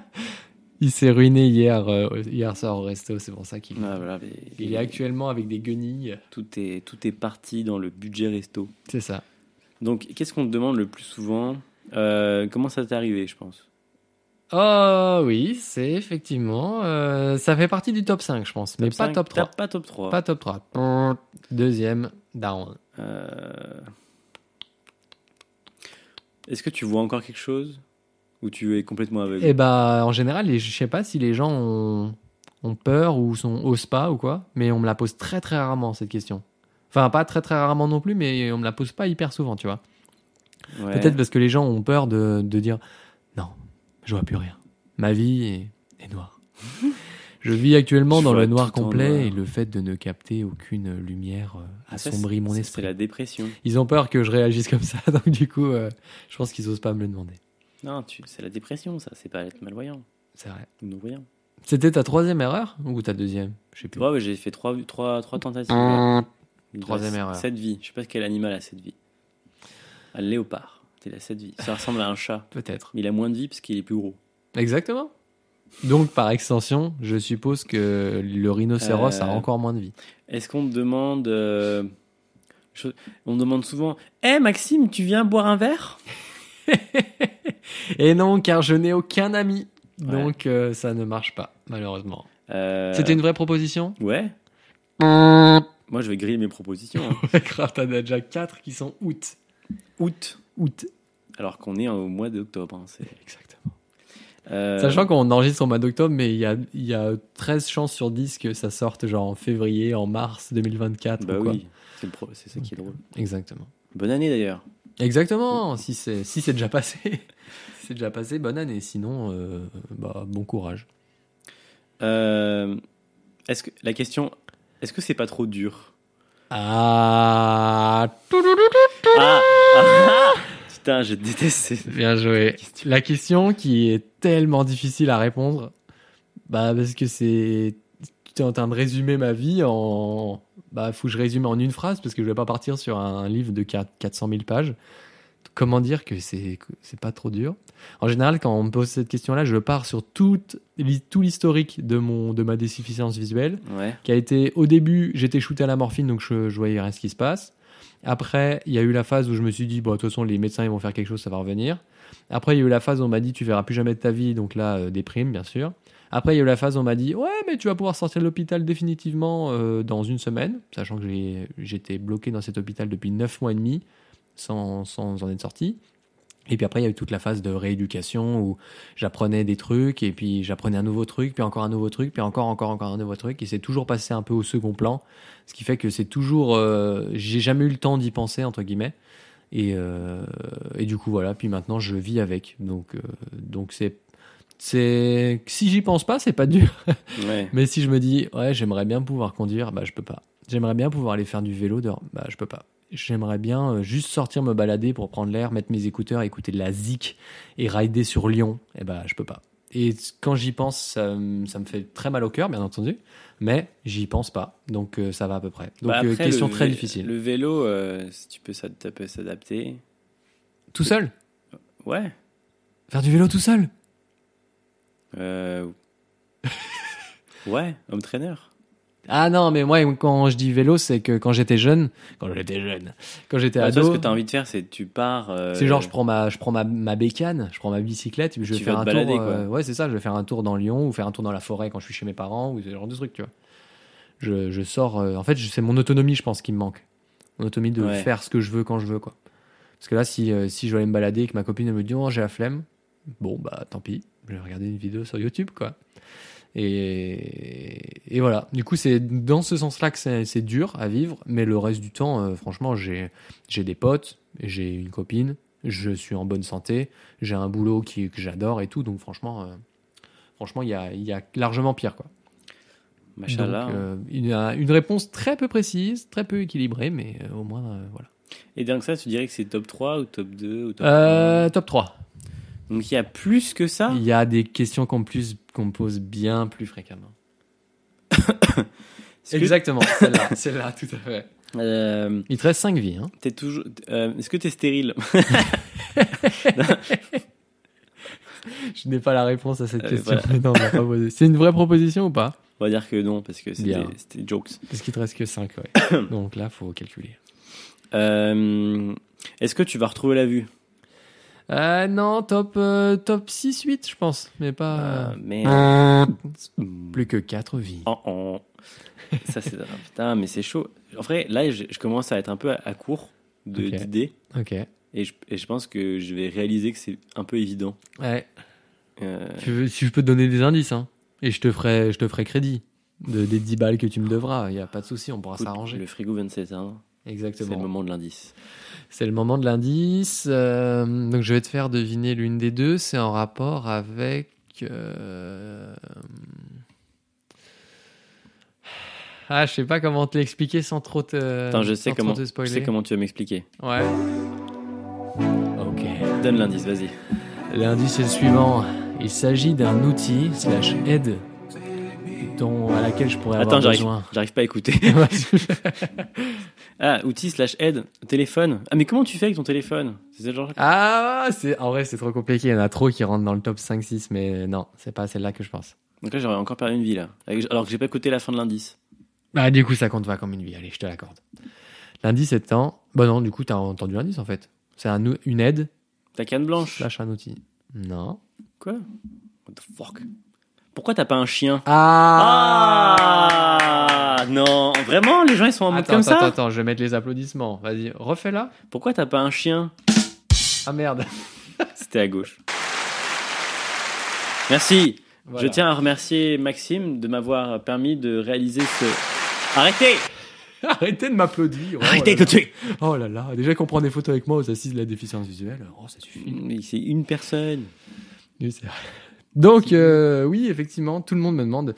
(laughs) il s'est ruiné hier, euh, hier soir au resto, c'est pour ça qu'il
Ah, voilà, mais-
il est actuellement avec des guenilles.
tout, est, tout est parti dans le budget resto.
C'est ça.
Donc qu'est-ce qu'on te demande le plus souvent Euh, Comment ça t'est arrivé, je pense
Oh oui, c'est effectivement. euh, ça fait partie du top 5, je pense, mais pas
cinq,
top
t'as
3.
Pas top 3.
Pas top 3. Deuxième, down.
Euh, Est-ce que tu vois encore quelque chose Ou tu es complètement aveugle
Et bah, en général, les- je sais pas si les gens ont, ont peur ou sont osent pas ou quoi, mais on me la pose très très rarement cette question. Enfin, pas très très rarement non plus, mais on me la pose pas hyper souvent, tu vois.
Ouais.
Peut-être parce que les gens ont peur de, de dire non, je vois plus rien. Ma vie est, est
(laughs)
noire. je vis actuellement
Je
dans
vois
le noir
tout en
complet
noir.
et le fait de ne capter aucune lumière euh,
Ah, ça,
assombrit
c'est-
mon
ça,
esprit.
C'est la dépression.
Ils ont peur que je réagisse comme ça, (laughs) donc du coup, euh, je pense qu'ils osent pas me le demander.
Non, tu... c'est la dépression, ça. C'est pas être malvoyant
C'est vrai.
ou non-voyant.
C'était ta troisième erreur ou ta deuxième Je sais plus.
Ouais, ouais, j'ai fait 3 trois, trois tentatives.
Ah. Troisième erreur.
Cette vie. Je sais pas quel animal a cette vie. Un léopard. Il a cette vie. Ça ressemble à un chat.
Peut-être.
Mais il a moins de vie parce qu'il est plus gros.
Exactement. Donc, par extension, je suppose que le rhinocéros a
Euh,
encore moins de vie.
Est-ce qu'on te demande. euh, cho- On me demande souvent Hé Maxime, tu viens boire un verre
Et non, car je n'ai aucun ami.
Ouais.
Donc, euh, ça ne marche pas, malheureusement.
Euh,
C'était une vraie proposition
Ouais. Moi, je vais griller mes propositions.
(laughs)
hein.
Grave, t'en as déjà 4 qui sont août.
Août.
Août.
Alors qu'on est au mois d'octobre. hein, c'est-
Exactement.
Euh,
Sachant qu'on enregistre au mois d'octobre, mais il y a, il y a 13 chances sur 10 que ça sorte genre en février, en mars 2024.
Bah
ou quoi.
oui. C'est le pro- c'est ça qui est drôle.
Exactement.
Bonne année d'ailleurs.
Exactement. Si c'est si c'est déjà passé, (laughs) si c'est déjà passé, bonne année. Sinon, euh, bah, bon courage.
Euh, Est-ce que la question. Est-ce que c'est pas trop dur
Ah,
Ah, ah, ah. Putain, je déteste ces-
bien joué.
Question.
La question qui est tellement difficile à répondre, bah parce que c'est tu es en train de résumer ma vie en bah faut que je résume en une phrase parce que je vais pas partir sur un livre de quat- 400 000 pages. Comment dire que c'est que c'est pas trop dur En général, quand on me pose cette question-là, je pars sur toute l'hi- tout l'historique de mon de ma déficience visuelle
Ouais.
qui a été au début, j'étais shooté à la morphine, donc je, je voyais rien ce qui se passe. Après, il y a eu la phase où je me suis dit, bon, de toute façon, les médecins, ils vont faire quelque chose, ça va revenir. Après, il y a eu la phase où on m'a dit, tu verras plus jamais de ta vie, donc là, euh, déprime, bien sûr. Après, il y a eu la phase où on m'a dit, ouais, mais tu vas pouvoir sortir de l'hôpital définitivement euh, dans une semaine, sachant que j'ai- j'étais bloqué dans cet hôpital depuis 9 mois et demi, sans, sans en être sorti. Et puis après, il y a eu toute la phase de rééducation où j'apprenais des trucs et puis j'apprenais un nouveau truc, puis encore un nouveau truc, puis encore, encore, encore un nouveau truc. Et c'est toujours passé un peu au second plan, ce qui fait que c'est toujours, euh, j'ai jamais eu le temps d'y penser entre guillemets. Et, euh, et du coup voilà. Puis maintenant je vis avec. Donc euh, donc c'est c'est si j'y pense pas c'est pas dur.
Ouais.
Mais si je me dis ouais j'aimerais bien pouvoir conduire, bah je peux pas. J'aimerais bien pouvoir aller faire du vélo dehors, bah je peux pas. J'aimerais bien euh, juste sortir me balader pour prendre l'air, mettre mes écouteurs, écouter de la zik et rider sur Lyon, et bah je peux pas. Et c- quand j'y pense, ça, me- ça me fait très mal au cœur, bien entendu, mais j'y pense pas, donc euh, ça va à peu près. Donc
Bah,
euh,
après,
question
le
très
vé-
difficile.
Le vélo, euh, si tu peux s'ad- tu peux s'adapter.
Tout seul
Ouais.
Faire du vélo tout seul
Euh, Ouais, homme
(laughs)
traîneur.
Ah non, mais moi quand je dis vélo, c'est que quand j'étais jeune, quand j'étais jeune, quand j'étais
Bah, toi,
ado,
ce que tu as envie de faire, c'est que tu pars. euh,
C'est genre je prends ma je prends ma, ma bécane, je prends ma bicyclette, puis je vais
Tu vas
faire
te
un
balader,
tour. euh, ouais, c'est ça, je vais faire un tour dans Lyon ou faire un tour dans la forêt quand je suis chez mes parents ou ce genre de truc, tu vois. je, je sors. euh, en fait, je- c'est mon autonomie, je pense, qui me manque. Mon autonomie de
Ouais.
faire ce que je veux quand je veux, quoi. Parce que là, si, euh, si je vais aller me balader et que ma copine elle me dit, oh, j'ai la flemme, bon, bah tant pis, je vais regarder une vidéo sur YouTube, quoi. Et, et voilà. Du coup, c'est dans ce sens-là que c'est c'est dur à vivre, mais le reste du temps, euh, franchement, j'ai j'ai des potes, j'ai une copine, je suis en bonne santé, j'ai un boulot qui, que j'adore et tout, donc franchement, euh, franchement, il y a, il y a largement pire, quoi.
Machallah.
Donc, euh, une, un- une réponse très peu précise, très peu équilibrée, mais euh, au moins, euh, voilà.
Et donc ça, tu dirais que c'est top 3 ou top 2 ou top
Euh, Ah. top 3.
1 Donc il y a plus que ça
Il y a des questions qu'on plus- qu'on pose bien plus fréquemment.
Est-ce que-
Exactement, celle-là, (laughs) celle-là, tout à fait.
Euh,
Il te reste 5 vies, hein.
t'es toujours... euh, Est-ce que t'es stérile (laughs)
Je n'ai pas la réponse à cette
Euh,
question. Non, on l'a pas posé. C'est une vraie proposition ou pas
On va dire que non, parce que c'était
Bien.
c'était jokes.
Parce qu'il te reste que 5, ouais. (coughs) Donc là, faut calculer.
Euh, Est-ce que tu vas retrouver la vue
Euh, non, top, euh, top 6, 8, je pense. Mais pas.
Ah, merde.
euh, Plus que 4 vies.
Mm. Oh, oh. Ça, c'est... (laughs) ah, Putain, mais c'est chaud. En vrai, là, je, je commence à être un peu à, à court de-
Ok.
d'idées.
Ok.
Et je, et je pense que je vais réaliser que c'est un peu évident.
Ouais.
Euh,
Tu veux- si je peux te donner des indices, hein. Et je te ferai, je te ferai crédit. De, des 10 balles que tu me devras, il n'y a pas de souci, on pourra
écoute,
s'arranger.
Le frigo vient de s'éteindre. C'est le
Exactement. Euh,
moment de l'indice.
C'est le moment de l'indice. euh, donc je vais te faire deviner l'une des deux. C'est en rapport avec. euh, Ah, je sais pas comment te l'expliquer sans trop te.
Attends, je sais
sans trop
comment-
te
Je
spoiler.
sais comment tu vas m'expliquer.
Ouais. Ok.
Donne l'indice, vas-y.
L'indice est le suivant. Il s'agit d'un outil slash aide dont à laquelle je pourrais
Attends,
avoir
j'arrive,
besoin.
j'arrive pas à écouter. (laughs)
(laughs) ah,
Ah, outils slash aide, téléphone. Ah, mais comment tu fais avec ton téléphone C'est ce genre.
Ah, c'est en vrai c'est trop compliqué. Il y en a trop qui rentrent dans le top 5-6, mais non, c'est pas celle-là que je pense.
Donc là, j'aurais encore perdu une vie là. Avec- Alors que j'ai pas écouté la fin de l'indice.
Ah, du coup ça compte pas comme une vie. Allez, je te l'accorde. L'indice étant, bah non, du coup t'as entendu l'indice en fait. C'est un ou- une aide
Ta canne blanche.
slash un outil. Non.
Quoi What the fuck Pourquoi t'as pas un chien
Ah!
Ah Non, vraiment, les gens ils sont en mode
Attends,
comme
attends,
ça
attends, je vais mettre les applaudissements. Vas-y, refais-la.
Pourquoi t'as pas un chien
Ah merde.
C'était à gauche. Merci.
(laughs) Voilà.
Je tiens à remercier Maxime de m'avoir permis de réaliser ce. Arrêtez
Arrêtez de m'applaudir. Oh
Arrêtez
là
tout de suite
là. Oh là là, déjà qu'on prend des photos avec moi aux assises de la déficience visuelle, oh, ça suffit.
Mais C'est une personne.
Oui, c'est vrai. Donc, euh, oui, effectivement, tout le monde me demande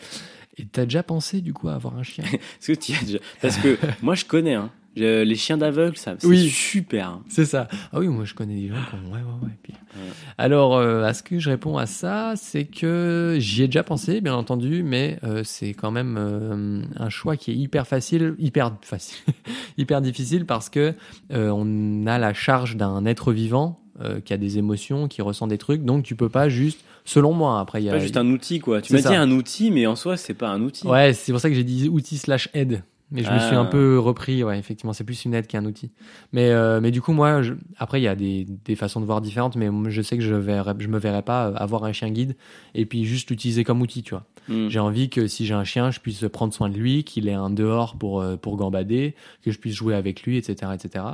Et t'as déjà pensé du coup à avoir un chien
Parce que, tu as déjà- Parce que
(laughs)
moi je connais, hein. Je- les chiens d'aveugle, ça, c'est
Oui.
super. hein.
(laughs) C'est ça. Ah oui, moi je connais des gens qui ont. Ouais, ouais, ouais. puis- Alors, euh, à ce que je réponds à ça, c'est que j'y ai déjà pensé, bien entendu, mais euh, c'est quand même euh, un choix qui est hyper facile, hyper facile, (laughs) hyper difficile parce que euh, on a la charge d'un être vivant euh, qui a des émotions, qui ressent des trucs, donc tu peux pas juste, selon moi, après il y a.
Pas juste un outil, quoi. Tu
C'est
m'as dit
ça.
un outil, mais en soi, c'est pas un outil.
Ouais, c'est pour ça que j'ai dit outil slash aide. Mais je me
Ah.
suis un peu repris, ouais, effectivement, c'est plus une aide qu'un outil. Mais, euh, mais du coup, moi, je- après, il y a des, des façons de voir différentes, mais je sais que je verrai, je me verrai pas euh, avoir un chien guide et puis juste l'utiliser comme outil, tu vois.
Hmm.
J'ai envie que si j'ai un chien, je puisse prendre soin de lui, qu'il ait un dehors pour, euh, pour gambader, que je puisse jouer avec lui, etc. etc.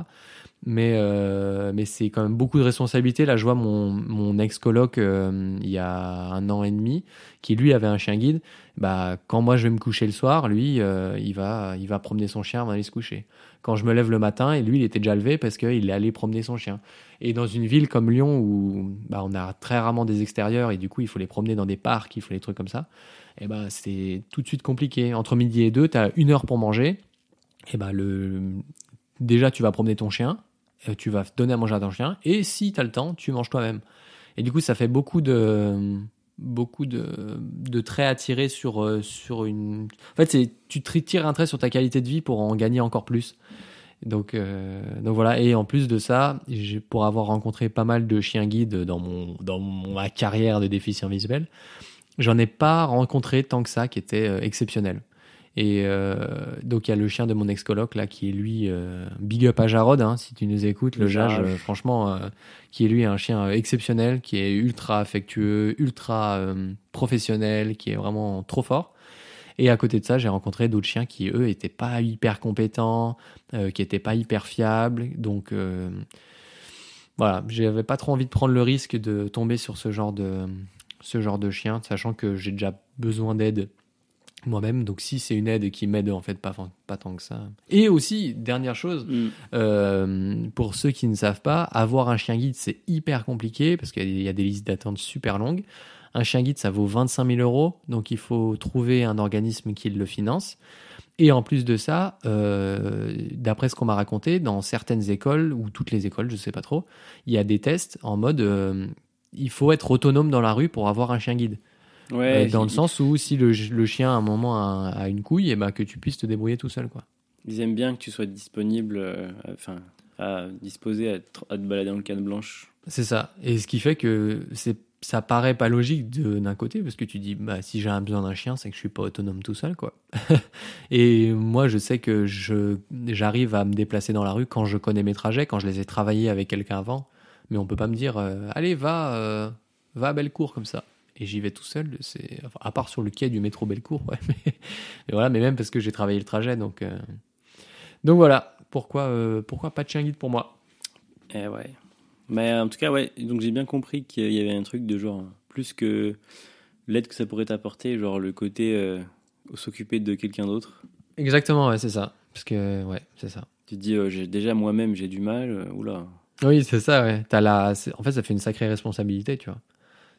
Mais, euh, mais c'est quand même beaucoup de responsabilités. Là, je vois mon, mon ex-coloc euh, il y a un an et demi, qui lui avait un chien guide. Bah, quand moi je vais me coucher le soir, lui, euh, il, va, il va promener son chien avant d'aller se coucher. Quand je me lève le matin, et lui, il était déjà levé parce qu'il est allé promener son chien. Et dans une ville comme Lyon, où bah, on a très rarement des extérieurs, et du coup, il faut les promener dans des parcs, il faut les trucs comme ça eh ben, c'est tout de suite compliqué. Entre midi et deux, tu as une heure pour manger. Eh ben, le... Déjà, tu vas promener ton chien, euh, tu vas donner à manger à ton chien, et si tu as le temps, tu manges toi-même. Et du coup, ça fait beaucoup de beaucoup de, de traits à tirer sur, euh, sur une... En fait, c'est tu tri- tires un trait sur ta qualité de vie pour en gagner encore plus. Donc, euh, donc voilà, et en plus de ça, j'ai- pour avoir rencontré pas mal de chiens guides dans, mon, dans mon- ma carrière de déficient visuel, J'en ai pas rencontré tant que ça qui était euh, exceptionnel. Et euh, donc il y a le chien de mon ex-coloc là qui est lui euh, big up à Jarod hein, si tu nous écoutes le
Le
Jage
Jage.
euh, franchement euh, qui est lui un chien euh, exceptionnel qui est ultra affectueux ultra euh, professionnel qui est vraiment trop fort Et à côté de ça, j'ai rencontré d'autres chiens qui, eux, étaient pas hyper compétents, euh, qui étaient pas hyper fiables. Donc, euh, voilà, j'avais pas trop envie de prendre le risque de tomber sur ce genre de, ce genre de chien, sachant que j'ai déjà besoin d'aide moi-même. Donc, si c'est une aide qui m'aide, en fait, pas, pas tant que ça. Et aussi, dernière chose,
Mm.
euh, pour ceux qui ne savent pas, avoir un chien guide, c'est hyper compliqué parce qu'il y a des listes d'attente super longues. Un chien guide, ça vaut 25 000 euros, donc il faut trouver un organisme qui le finance. Et en plus de ça, euh, d'après ce qu'on m'a raconté, dans certaines écoles, ou toutes les écoles, je ne sais pas trop, il y a des tests en mode euh, il faut être autonome dans la rue pour avoir un chien guide.
Ouais,
Euh, dans le
ils-
sens où si le, le chien à un moment a, a une couille, et ben que tu puisses te débrouiller tout seul. quoi.
Ils aiment bien que tu sois disponible, euh, à- enfin, à disposer à, te- à te balader dans le canne blanche.
C'est ça. Et ce qui fait que c'est ça paraît pas logique de- d'un côté parce que tu dis bah si j'ai un besoin d'un chien c'est que je suis pas autonome tout seul quoi (laughs) et moi je sais que je j'arrive à me déplacer dans la rue quand je connais mes trajets quand je les ai travaillés avec quelqu'un avant mais on peut pas me dire euh, allez va euh, va à Bellecour comme ça et j'y vais tout seul c'est enfin, à part sur le quai du métro Bellecour ouais (laughs) mais, mais voilà mais même parce que j'ai travaillé le trajet donc euh, donc voilà pourquoi euh, pourquoi pas de chien guide pour moi
Eh ouais. Mais euh, en tout cas, ouais, donc j'ai bien compris qu'il y avait un truc de genre, plus que l'aide que ça pourrait t'apporter, genre le côté euh, s'occuper de quelqu'un d'autre.
Exactement, ouais, c'est ça. Parce que, ouais, c'est ça.
Tu te dis, euh, j'ai, déjà moi-même j'ai du mal, euh, oula.
Oui, c'est ça, ouais. T'as la... c'est- En fait, ça fait une sacrée responsabilité, tu vois.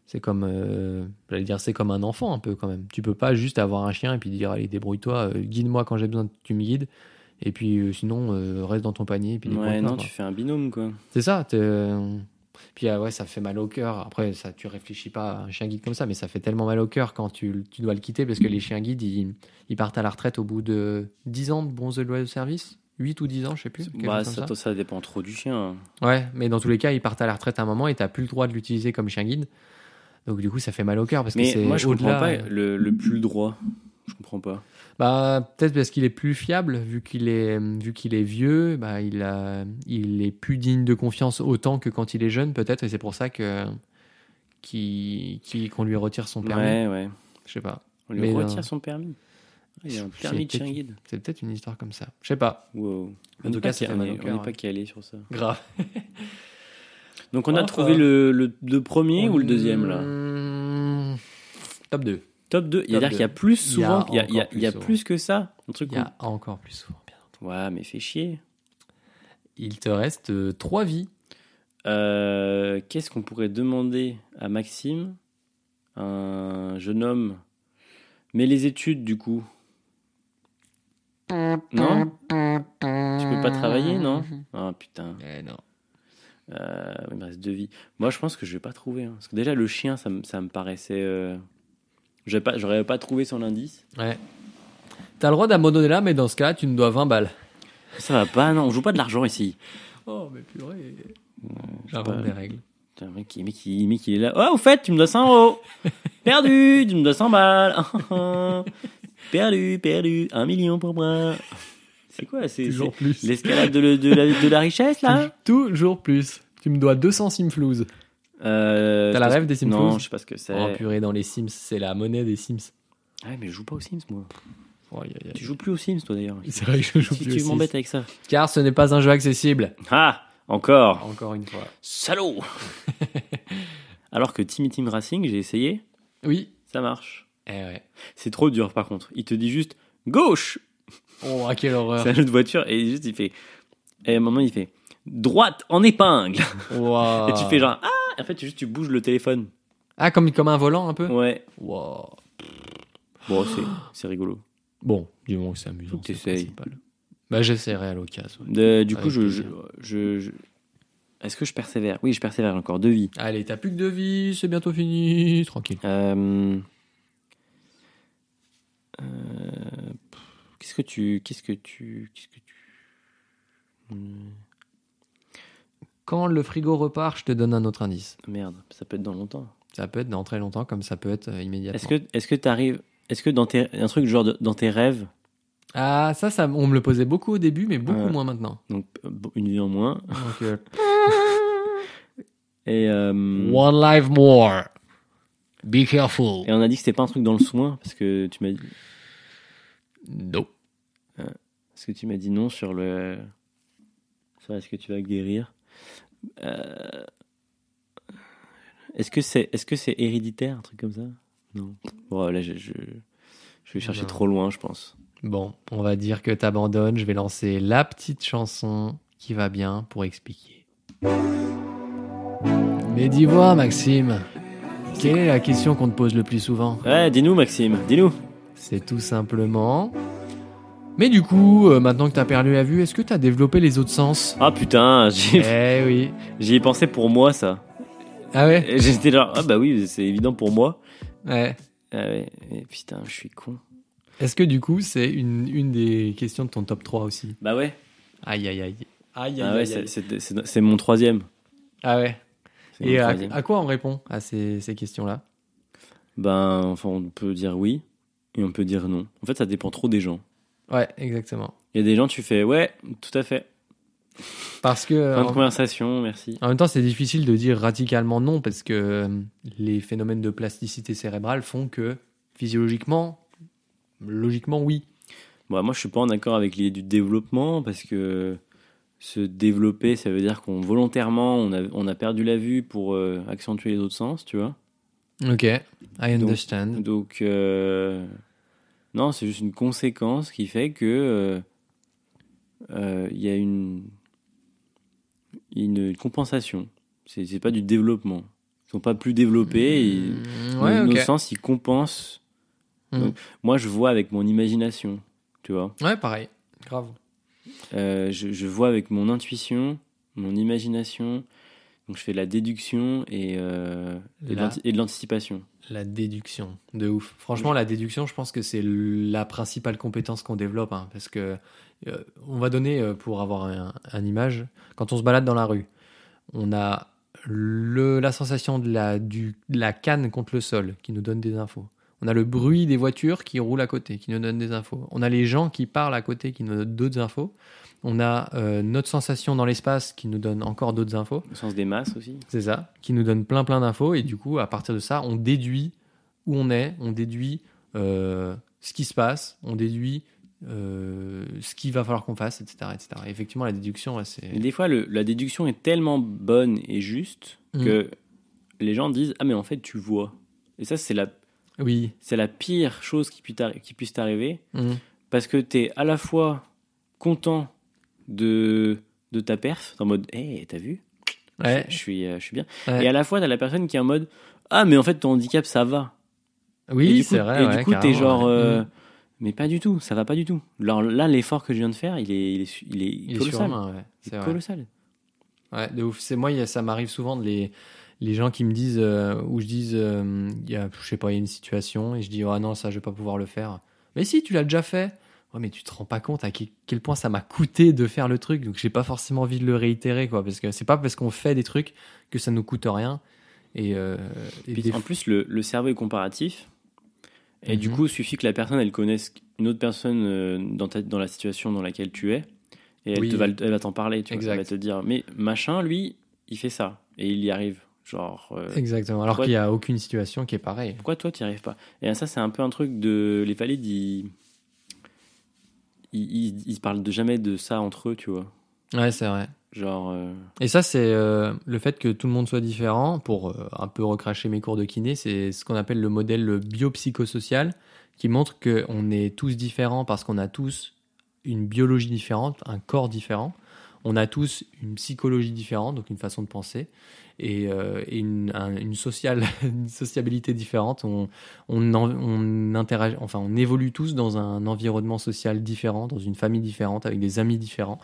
C'est comme, euh, j'allais dire, c'est comme un enfant un peu quand même. Tu peux pas juste avoir un chien et puis dire, allez, débrouille-toi, euh, guide-moi quand j'ai besoin que tu me guides. Et puis euh, sinon, euh, reste dans ton panier. Et puis
Ouais,
débrouille-toi,
non,
quoi.
tu fais un binôme quoi.
C'est ça. t'es- euh, Puis ah ouais, ça fait mal au cœur. Après, ça, tu réfléchis pas à un chien guide comme ça, mais ça fait tellement mal au cœur quand tu, tu dois le quitter parce que les chiens guides, ils, ils partent à la retraite au bout de 10 ans de bronze de loyal service. 8 ou 10 ans, je sais plus. quelque
Bah,
chose
ça,
comme ça.
ça dépend trop du chien. hein.
Ouais, mais dans tous les cas, ils partent à la retraite à un moment et t'as plus le droit de l'utiliser comme chien guide. Donc du coup, ça fait mal au cœur parce que
Mais
c'est
moi je comprends
au-delà- euh,
pas le, le plus droit. Je comprends pas.
Bah, peut-être parce qu'il est plus fiable, vu qu'il est, vu qu'il est vieux, bah, il, a, il est plus digne de confiance autant que quand il est jeune, peut-être, et c'est pour ça que qui- qui- qu'on lui retire son permis.
Ouais, ouais.
Je sais pas.
On lui
Mais,
retire
euh,
son permis. Il y a un
c'est
permis de
peut-être-
chien guide.
C'est peut-être une histoire comme ça. Je sais pas.
Wow.
En tout cas, ça fait
on
mal au
n'est
cœur,
pas
ouais.
calé sur ça.
Grave.
Donc, on a
Enfin.
trouvé le, le, le premier ou le deuxième là
là Top 2.
Top 2.
Top
C'est-à-dire
deux.
qu'il y a plus
Il y a
souvent, il y a, il y a-
encore
il y a
plus
plus que ça. Un truc
Il y a encore plus souvent, bien entendu.
où- Ouais, mais fais chier.
Il te reste 3 vies.
Euh, Qu'est-ce qu'on pourrait demander à Maxime, un jeune homme Mais les études, du coup Non Tu peux pas travailler, non Ah putain,
Eh non.
Euh, il me reste deux vies. Moi, je pense que je vais pas trouver. hein. Parce que déjà, le chien, ça, me- ça me paraissait. euh, J'aurais pas, j'aurais pas trouvé son indice.
Ouais. T'as le droit d'abandonner là, mais dans ce cas, tu me dois 20 balles.
Ça va pas, non, on joue pas de l'argent ici.
Oh, mais purée.
je sais
J'invente
pas.
des règles.
Putain, mec, il- mec, il- mec, il est là. Oh, au fait, tu me dois 100
(laughs)
euros. perdu, tu me dois 100 balles. (laughs) Ah, ah, ah. perdu, perdu, un million pour moi. C'est quoi C'est
Toujours
c'est
plus.
l'escalade de, le- de la, de la richesse, là
Toujours plus. Tu me dois 200 simflouzes.
Euh,
T'as la
je
rêve des
pense- Non,
Sims
je sais pas ce que c'est.
Oh purée, dans les Sims, c'est la monnaie des Sims.
ouais, mais je joue pas aux Sims, moi.
Oh, aïe, aïe, aïe.
Tu joues plus aux Sims, toi, d'ailleurs.
C'est vrai que je joue
Si
plus
tu
aux
m'embêtes
Sims.
avec ça.
Car ce n'est pas un jeu accessible.
Ah, encore.
Bah, Encore une fois. (laughs)
Salaud Alors que Timmy Team Racing, j'ai essayé,
Oui.
ça marche.
Eh ouais.
C'est trop dur, par contre. Il te dit juste gauche
Oh, ah, quelle horreur.
C'est un jeu de voiture et juste il fait. Et à un moment il fait droite en épingle.
Ouah.
Et tu fais genre ah. Et en fait tu juste tu bouges le téléphone.
Ah, comme, comme un volant un peu
Ouais.
Ouah.
Bon c'est c'est rigolo.
Bon, du moins que c'est amusant. c'est le
T'essayes.
principal. Bah, j'essaierai à l'occasion. ouais.
De- du coup
Avec
je, je,
plaisir.
je- je- est-ce que je persévère Oui je persévère j'ai encore deux vies.
Allez, t'as plus que deux vies, c'est bientôt fini. Tranquille.
Euh, euh, pff, Qu'est-ce que tu qu'est-ce que tu qu'est-ce que tu Hum,
Quand le frigo repart, je te donne un autre indice.
merde ça peut être dans longtemps.
Ça peut être dans très longtemps, comme ça peut être euh, immédiatement.
Est-ce que est-ce que t'arrives est-ce que dans tes un truc genre de- dans tes rêves
Ah, ça, ça, on me le posait beaucoup au début, mais beaucoup
Ouais.
moins maintenant.
donc une vie en moins
Donc,
(laughs)
euh,
et euh,
One life more. Be careful.
Et on a dit que c'était pas un truc dans le soin, parce que tu m'as dit.
Non.
Parce que tu m'as dit non sur le. Sur est-ce que tu vas guérir Euh, Est-ce que c'est est -ce c'est héréditaire, un truc comme ça Non. Bon, là, je, je, je vais chercher
Non.
trop loin, je pense.
Bon, on va dire que t'abandonnes. Je vais lancer la petite chanson qui va bien pour expliquer. Mais dis-moi, Maxime, quelle est la question qu'on te pose le plus souvent
Ouais, dis-nous, Maxime, dis-nous.
C'est tout simplement. Mais du coup, euh, maintenant que t'as perdu la vue, est-ce que t'as développé les
(laughs)
autres sens
Ah putain, j'y
Eh oui.
j'y ai pensé pour moi, ça.
Ah ouais
Et J'étais genre, ah bah oui, c'est évident pour moi.
Ouais.
Ah ouais, mais putain, je suis con.
Est-ce que du coup, c'est une, une des questions de ton top 3 aussi
Bah ouais,
Aïe, aïe, aïe. Aïe,
ah ouais c'est- c'est c'est- c'est mon troisième.
Ah ouais.
C'est mon
Et à,
troisième.
à quoi on répond à ces, ces questions-là
Ben, enfin, on peut dire oui et on peut dire non. En fait, ça dépend trop des gens.
Ouais, exactement.
Il y a des gens, tu fais ouais, tout à fait.
Parce que
Fin de
euh,
conversation, merci.
en même temps, c'est difficile de dire radicalement non parce que euh, les phénomènes de plasticité cérébrale font que physiologiquement, logiquement, oui.
Bon, moi, je suis pas en accord avec l'idée du développement parce que se développer, ça veut dire qu'on volontairement, on a, on a perdu la vue pour euh, accentuer les autres sens, tu vois.
Ok, I
Donc-
understand.
Donc, euh, non, c'est juste une conséquence qui fait que euh, euh, il y a une, une compensation. C'est c'est pas du développement. Ils sont pas plus développés. ils-
Mm,
nos-
ouais,
nos,
ok.
sens, ils compensent.
Mhm.
Donc, moi, je vois avec mon imagination, tu vois.
Ouais, pareil. Grave.
Euh, je, je vois avec mon intuition, mon imagination. Donc, je fais de la déduction et, euh, et de
Là.
l'anti- et de l'anticipation.
La déduction, de ouf. Franchement, la déduction, je pense que c'est la principale compétence qu'on développe, hein, parce que euh, on va donner euh, pour avoir un, un image. Quand on se balade dans la rue, on a le, la sensation de la, du, de la canne contre le sol qui nous donne des infos. On a le bruit des voitures qui roulent à côté, qui nous donne des infos. On a les gens qui parlent à côté, qui nous donnent d'autres infos. On a euh, notre sensation dans l'espace qui nous donne encore d'autres infos.
Le sens des masses aussi.
C'est ça, qui nous donne plein plein d'infos et du coup, à partir de ça, on déduit où on est, on déduit euh, ce qui se passe, on déduit euh, ce qu'il va falloir qu'on fasse, etc. etc. Et effectivement, la déduction, ouais,
Mais
c'est...
des fois, le- la déduction est tellement bonne et juste
Mm.
que les gens disent Ah, mais en fait, tu vois. Et ça, c'est la,
Oui.
c'est la pire chose qui, puisse t'arri- qui puisse t'arriver
Mm.
parce que tu es à la fois content de, de ta perf, en mode Hé, t'as vu
Ouais.
je, je suis, euh, je suis bien.
Ouais.
Et à la fois, t'as la personne qui est en mode Ah, mais en fait, ton handicap, ça va. et
Oui,
du coup,
c'est vrai.
Et
ouais,
du coup, t'es
carrément,
genre.
ouais.
euh,
Mm.
Mais pas du tout, ça va pas du tout. Alors là, l'effort que je viens de faire, il est, il est, su- il est
Il est
colossal.
surhumain, ouais,
Il est
c'est vrai.
colossal.
Ouais, de ouf. C'est moi, il y a- ça m'arrive souvent de les les gens qui me disent euh, ou je dise euh, il y a je sais pas, il y a une situation et je dis ah non, ça je vais pas pouvoir le faire. Mais si, tu l'as déjà fait. Ouais, mais tu te rends pas compte à quel, quel point ça m'a coûté de faire le truc. Donc j'ai pas forcément envie de le réitérer quoi parce que c'est pas parce qu'on fait des trucs que ça nous coûte rien et, euh, et
Puis,
des-
en plus, le, le cerveau est comparatif. Et du
Mhm.
coup, suffit que la personne, elle connaisse une autre personne euh, dans, ta- dans la situation dans laquelle tu es. Et elle,
Oui.
te va, elle va t'en parler. Tu vois,
Exact.
elle va te dire, mais machin, lui, il fait ça. Et il y arrive. Genre, euh,
exactement alors
Ouais.
qu'il y a aucune situation qui est pareille.
pourquoi toi, tu n'y arrives pas Et ça, c'est un peu un truc de... Les valides, ils... Ils, ils, ils parlent de jamais de ça entre eux, tu vois.
Ouais, c'est vrai.
Genre, euh,
Et ça, c'est euh, le fait que tout le monde soit différent, pour euh, un peu recracher mes cours de kiné, c'est ce qu'on appelle le modèle biopsychosocial, qui montre qu'on est tous différents parce qu'on a tous une biologie différente, un corps différent, on a tous une psychologie différente, donc une façon de penser, et, euh, et une, un- une, sociale, (laughs) une sociabilité différente. On, on, en- on, interagit, enfin, on évolue tous dans un environnement social différent, dans une famille différente, avec des amis différents.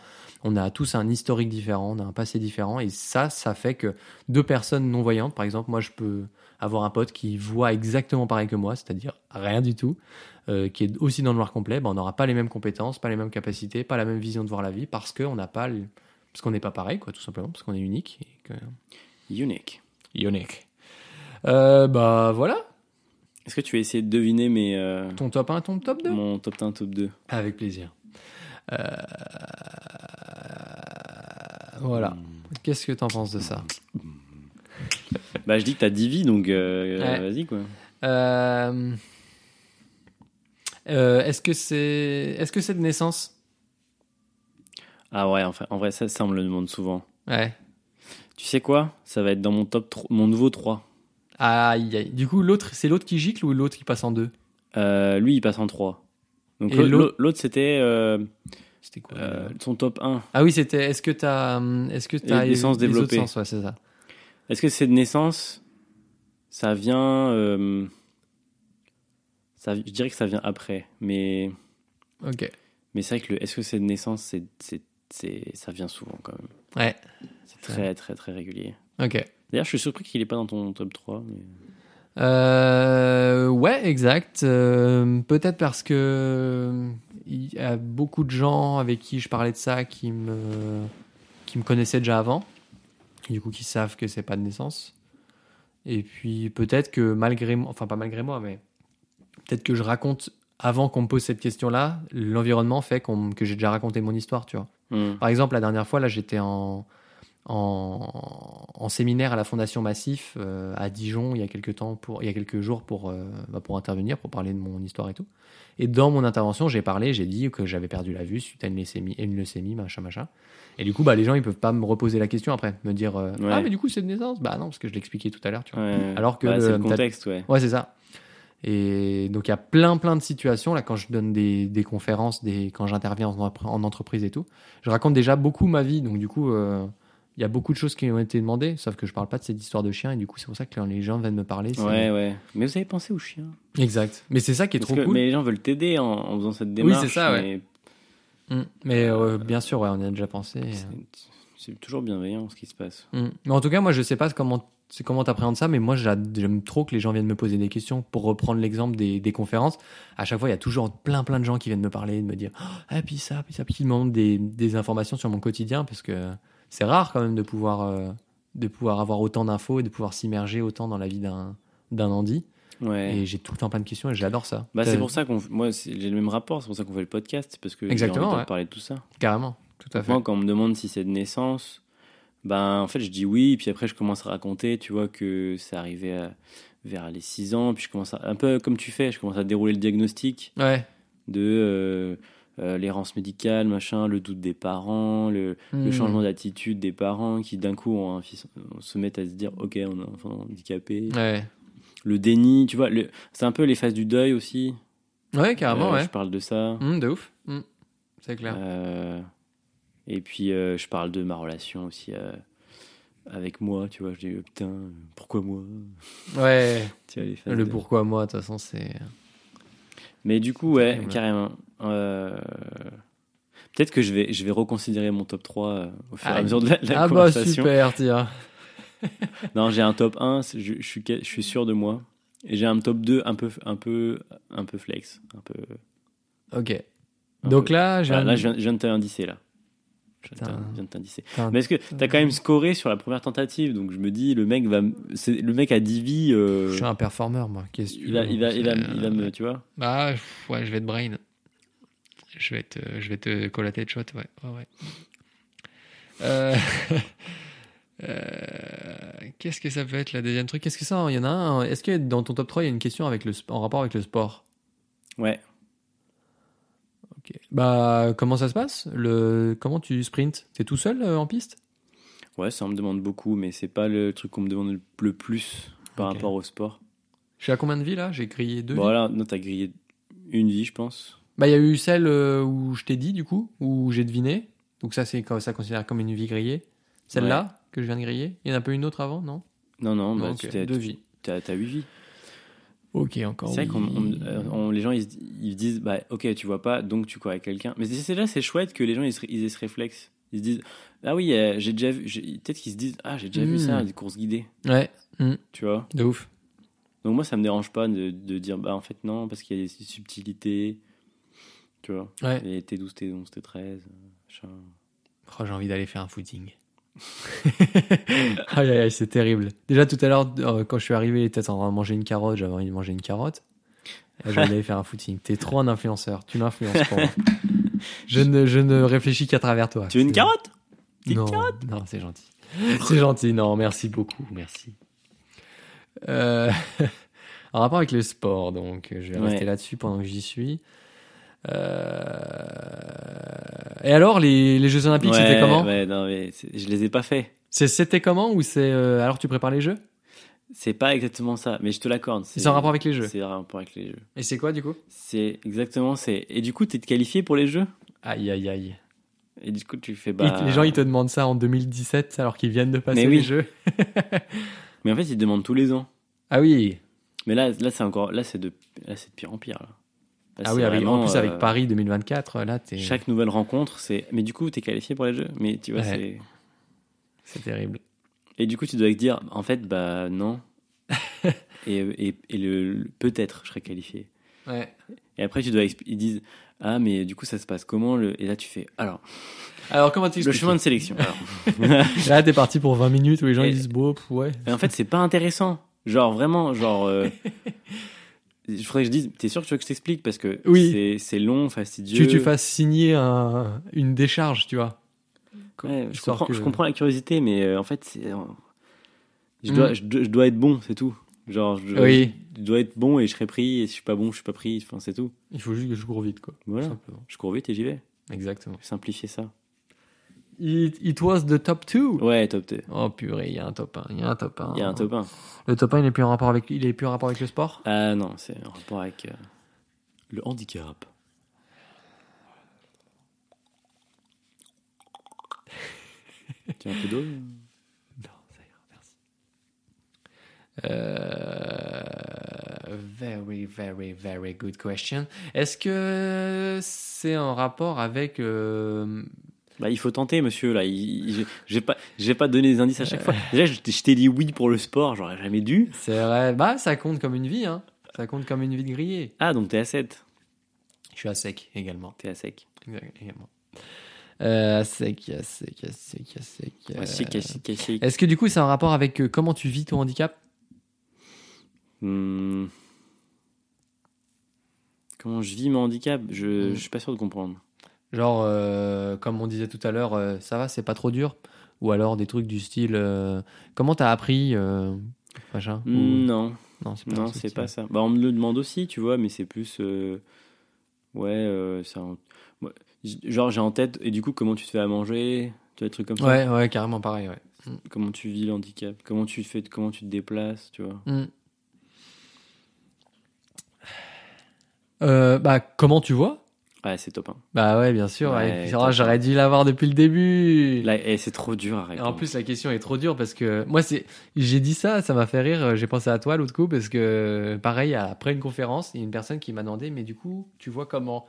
On a tous un historique différent, on a un passé différent, et ça, ça fait que deux personnes non voyantes, par exemple, moi je peux avoir un pote qui voit exactement pareil que moi, c'est-à-dire rien du tout, euh, qui est aussi dans le noir complet, ben, on n'aura pas les mêmes compétences, pas les mêmes capacités, pas la même vision de voir la vie, parce qu'on n'a pas, le- parce qu'on n'est pas pareil, quoi, tout simplement, parce qu'on est unique. Et que...
unique.
Unique. Euh, bah voilà,
Est-ce que tu veux essayer de deviner mes, euh,
ton top 1, ton top 2.
mon top 1, top 2
Avec plaisir. Euh, Voilà. Qu'est-ce que t'en penses de ça
Bah, je dis que t'as 10 vies, donc euh,
Ouais.
vas-y, quoi.
Euh, Euh, est-ce que c'est est-ce que c'est de naissance
Ah ouais, enfin, en vrai, ça, ça, on me le demande souvent.
Ouais.
Tu sais quoi Ça va être dans mon top tro- mon nouveau 3.
Aïe, aïe. Du coup, l'autre, c'est l'autre qui gicle ou l'autre qui passe en deux
Euh, lui, il passe en 3. Donc
Et
l'autre-
l'autre
l'autre, l'autre, c'était euh,
C'était quoi
euh, son top 1.
Ah oui, c'était. Est-ce que t'as hum, est-ce que t'as
Et les sens
les autres
développés.
sens, ouais, c'est ça.
Est-ce que c'est de naissance Ça vient. euh, ça, je dirais que ça vient après. Mais,
Ok.
mais c'est vrai que le est-ce que c'est de naissance, c'est, c'est, c'est- ça vient souvent quand même.
Ouais.
C'est très, très, très régulier.
Ok.
D'ailleurs, je suis surpris qu'il n'est pas dans ton top 3. mais-
Euh, ouais, exact. Euh, Peut-être parce que euh, il y a beaucoup de gens avec qui je parlais de ça qui me, qui me connaissaient déjà avant, et du coup qui savent que c'est pas de naissance. Et puis peut-être que malgré moi, enfin pas malgré moi, mais peut-être que je raconte avant qu'on me pose cette question-là, l'environnement fait qu'on- que j'ai déjà raconté mon histoire, tu vois.
Hmm.
Par exemple, la dernière fois, là, j'étais en, en, en séminaire à la Fondation Massif euh, à Dijon il y a quelques temps, pour, il y a quelques jours pour, euh, bah, pour intervenir, pour parler de mon histoire et tout. Et dans mon intervention, j'ai parlé, j'ai dit que j'avais perdu la vue suite à une leucémie, une leucémie, machin, machin. Et du coup, bah, les gens, ils peuvent pas me reposer la question après, me dire euh,
Ouais.
ah mais du coup c'est de naissance, bah non parce que je l'expliquais tout à l'heure, tu vois.
Ouais.
Alors que
Bah, c'est
le-
le contexte, ouais.
Ouais, c'est ça. Et donc, il y a plein, plein de situations. Là, quand je donne des, des conférences, des, quand j'interviens en, empre- en entreprise et tout, je raconte déjà beaucoup ma vie. Donc, du coup, euh, il y a beaucoup de choses qui ont été demandées. Sauf que je parle pas de cette histoire de chien. Et du coup, c'est pour ça que quand les gens viennent me parler. c'est-
Ouais, ouais. Mais vous avez pensé au chien
Exact. Mais c'est ça qui est
Parce
trop
que-
cool.
Mais les gens veulent t'aider en, en faisant cette démarche.
c'est ça, ouais.
mais
Mm. Mais euh, bien sûr, ouais, on y a déjà pensé. euh,
c'est- C'est toujours bienveillant ce qui se passe.
Mm. Mais en tout cas, moi, je sais pas comment c'est comment t'appréhendes ça, mais moi, j'a- j'aime trop que les gens viennent me poser des questions. Pour reprendre l'exemple des, des conférences, à chaque fois, il y a toujours plein, plein de gens qui viennent me parler, de me dire oh, ah puis ça, puis ça, puis ils me demandent des, des informations sur mon quotidien, parce que c'est rare quand même de pouvoir euh, de pouvoir avoir autant d'infos et de pouvoir s'immerger autant dans la vie d'un d'un Andy.
Ouais.
Et j'ai tout le temps plein de questions et j'adore ça. Euh,
Bah,
T'as-
c'est pour ça qu'on. Moi, c'est- j'ai le même rapport, c'est pour ça qu'on fait le podcast. c'est Parce que j'ai
Exactement,
envie de
ouais.
parler de tout ça.
carrément, tout à fait.
Moi, quand on me demande si c'est de naissance, ben, en fait, je dis oui, puis après, je commence à raconter, tu vois, que c'est arrivé à- vers les 6 ans, puis je commence à. Un peu comme tu fais, je commence à dérouler le diagnostic.
Ouais.
de euh, euh, l'errance médicale, machin, le doute des parents, le, le
Mm.
changement d'attitude des parents qui d'un coup ont un fils, on se mettent à se dire ok on a un enfant handicapé,
Ouais.
le déni, tu vois, le- c'est un peu les phases du deuil aussi.
Ouais, carrément,
Euh,
ouais.
Je parle de ça.
Mm, de ouf. Mm. C'est clair.
Euh, et puis euh, je parle de ma relation aussi euh, avec moi, tu vois, je dis euh, putain euh, pourquoi moi
Ouais.
Tu vois, les phases
Le
de-
pourquoi moi, de toute façon, c'est.
Mais du coup ouais
Terrible.
carrément. Euh, Peut-être que je vais, je vais reconsidérer mon top 3 euh, au fur et
Ah,
à mesure de la, de la
Ah bah
conversation.
super, tiens.
Non, j'ai un top 1, c'est- je, je suis, ca- je suis sûr de moi. Et j'ai un top 2 un peu, un peu, un peu flex. Un peu,
Ok.
un
Donc
peu.
là, j'ai
Ah bah, Voilà,
un-
là, je viens, je viens de t'indicer. Là. Je viens de
Putain.
t'in- je viens de t'indicer.
Putain.
Mais est-ce que t'as quand même scoré sur la première tentative Donc je me dis, le mec, va, m- c'est- le mec a 10 vies. euh,
je suis un performeur, moi. Qu'est-ce que tu
il, va,
veux,
il, va, il, va,
c'est-
il va me. Tu vois
Bah pff, ouais, je vais te brain. Je vais te, je vais te coller la tête shot, ouais. ouais, ouais. Euh, (laughs) euh, Qu'est-ce que ça peut être la deuxième truc Qu'est-ce que ça Il y en a un. Est-ce que dans ton top 3, il y a une question avec le, sp- en rapport avec le sport
Ouais.
Ok. Bah, comment ça se passe le, Comment tu sprints T'es tout seul euh, en piste
Ouais, ça on me demande beaucoup, mais c'est pas le truc qu'on me demande le plus par
Ok.
rapport au sport.
Je suis à combien de vies là J'ai grillé deux. vies.
Voilà, non, t'as grillé une vie, je pense.
Bah, il y a eu celle euh, où je t'ai dit, du coup, où j'ai deviné. Donc, ça, c'est quand- ça considère comme une vie grillée. Celle-là, que je viens de griller. Il y en a pas une autre avant, non
Non, non, bah,
Non,
tu
ok.
t'es-
Deux vies.
t'as t'as 8 vies.
Ok, encore.
C'est vrai
oui.
qu'on on- euh, on- les gens ils, se- ils disent bah ok tu vois pas donc tu cours avec quelqu'un mais c'est- c'est là c'est chouette que les gens ils, se- ils aient ce réflexe ils se disent ah oui euh, j'ai déjà vu j'ai- peut-être qu'ils se disent ah j'ai déjà vu
Mm.
ça des courses guidées
Ouais,
tu vois
de ouf.
donc moi ça me dérange pas de, de dire bah en fait non parce qu'il y a des subtilités tu vois
Ouais.
et T12 T11 T13 machin.
Oh, j'ai envie d'aller faire un footing. (laughs) aïe, aïe, aïe, c'est terrible. Déjà, tout à l'heure, euh, quand je suis arrivé, t'étais en train de manger une carotte, j'avais envie de manger une carotte. Là, J'ai envie d'aller faire un footing. T'es trop un influenceur. Tu m'influences pour moi. Je ne, je ne réfléchis qu'à travers toi.
tu veux une
C'est-
carotte Des
non, non, c'est gentil. C'est gentil, non, merci beaucoup, merci. Euh, (laughs) En rapport avec le sport, donc je vais
Ouais.
rester là-dessus pendant que j'y suis. Euh, Et alors, les, les Jeux Olympiques, c'était
Ouais,
comment
ouais, non, mais c'est- Je les ai pas fait.
C'est- C'était comment ou c'est euh, alors tu prépares les Jeux
C'est pas exactement ça, mais je te l'accorde.
C'est en rapport avec les Jeux.
C'est en rapport avec les jeux.
Et c'est quoi du coup
C'est exactement c'est. Et du coup, t'es qualifié pour les jeux
Aïe aïe aïe.
Et du coup, tu fais bah.
Ils- les gens ils te demandent ça en 2017 alors qu'ils viennent de passer
Mais oui.
les Jeux.
Mais en fait, ils te demandent tous les ans.
Ah oui.
Mais là, là c'est encore. Là, c'est de... là, c'est de pire en pire. Là. Là,
Ah
Bah, c'est
oui. avec- en
vraiment,
plus avec
euh,
Paris 2024 là t'es.
Chaque nouvelle rencontre, c'est. Mais du coup, t'es qualifié pour les jeux. Mais tu vois,
Ouais.
c'est.
C'est terrible.
Et du coup, tu dois te dire, en fait, bah
(laughs)
non. et et, et le, le- peut-être, je serai qualifié.
Ouais.
Et après, tu dois. expli- Ils disent, ah, mais du coup, ça se passe comment le... Et là, tu fais, alors,
Alors comment
le
tu expliques
chemin de sélection. alors.
(laughs) Là t'es parti pour 20 minutes où les gens
Et-
ils disent bon pff, ouais.
Mais en fait, c'est pas intéressant. Genre, vraiment, genre.
(laughs)
euh, Il faudrait que je dise, t'es sûr que tu veux que je t'explique Parce que
Oui.
c'est- c'est long, fastidieux.
Tu, tu fasses signer un- une décharge tu vois.
Ouais, je,
Histoire
comprends,
que-
je comprends la curiosité, mais euh, en fait, c'est. euh, Je
Mm.
dois, je, dois- je dois être bon, c'est tout. Genre, je,
Oui.
je dois être bon et je serai pris, et si je suis pas bon, je suis pas pris, enfin, c'est tout.
Il faut juste que je cours vite quoi.
Voilà.
Simplement.
Je cours vite et j'y vais.
Exactement.
Simplifier ça.
It, it was the top 2.
Ouais, top 2.
Oh purée, il y a un top 1, il y a un top 1.
Il y a un top 1.
Le top 1, il est plus en rapport avec, il est plus en rapport avec le sport
Ah non, c'est en rapport avec euh, le handicap. (laughs) tu as un peu d'eau
Non, ça ira, merci. Euh, very, very, very good question. Est-ce que c'est en rapport avec... euh,
Bah, il faut tenter, monsieur. Là, Il- il- j'ai- j'ai pas, j'ai pas donné des indices à chaque (laughs) fois. Déjà, je t'ai- je t'ai dit oui pour le sport, j'aurais jamais dû.
c'est vrai, bah ça compte comme une vie, hein. Ça compte comme une vie de grillée.
Ah, donc t'es à 7.
Je suis à sec également.
T'es à sec.
Exact- également. Euh, à sec, à sec, à sec, à sec. euh.
À sec, à sec, à sec.
Est-ce que du coup c'est un rapport avec euh, comment tu vis ton handicap
Hmm. Comment je vis mon handicap je,
Hmm.
je suis pas sûr de comprendre.
Genre, euh, comme on disait tout à l'heure, euh, ça va, c'est pas trop dur. Ou alors des trucs du style, euh, comment t'as appris, euh, machin. ou-
Hmm, Non.
non, c'est pas,
Non,
ce
c'est
style.
pas ça. Bah, on me le demande aussi, tu vois, mais c'est plus. euh, Ouais, euh, c'est un- moi, j- Genre, j'ai en tête, et du coup, comment tu te fais à manger Tu vois, des trucs comme ça.
Ouais, ouais, carrément pareil, ouais.
Comment tu vis le handicap Comment tu, fais, comment tu te déplaces, tu vois
Mm. Euh, bah, comment tu vois
Ouais, Ah, c'est top hein. 1.
Bah ouais, bien sûr.
Ouais,
ouais.
t'as-
J'aurais dû l'avoir depuis le début.
Là, eh, c'est trop dur à
Et
répondre.
En plus, la question est trop dure parce que moi, c'est, j'ai dit ça, ça m'a fait rire. euh, J'ai pensé à toi l'autre coup parce que, euh, pareil, après une conférence, il y a une personne qui m'a demandé, mais du coup, tu vois comment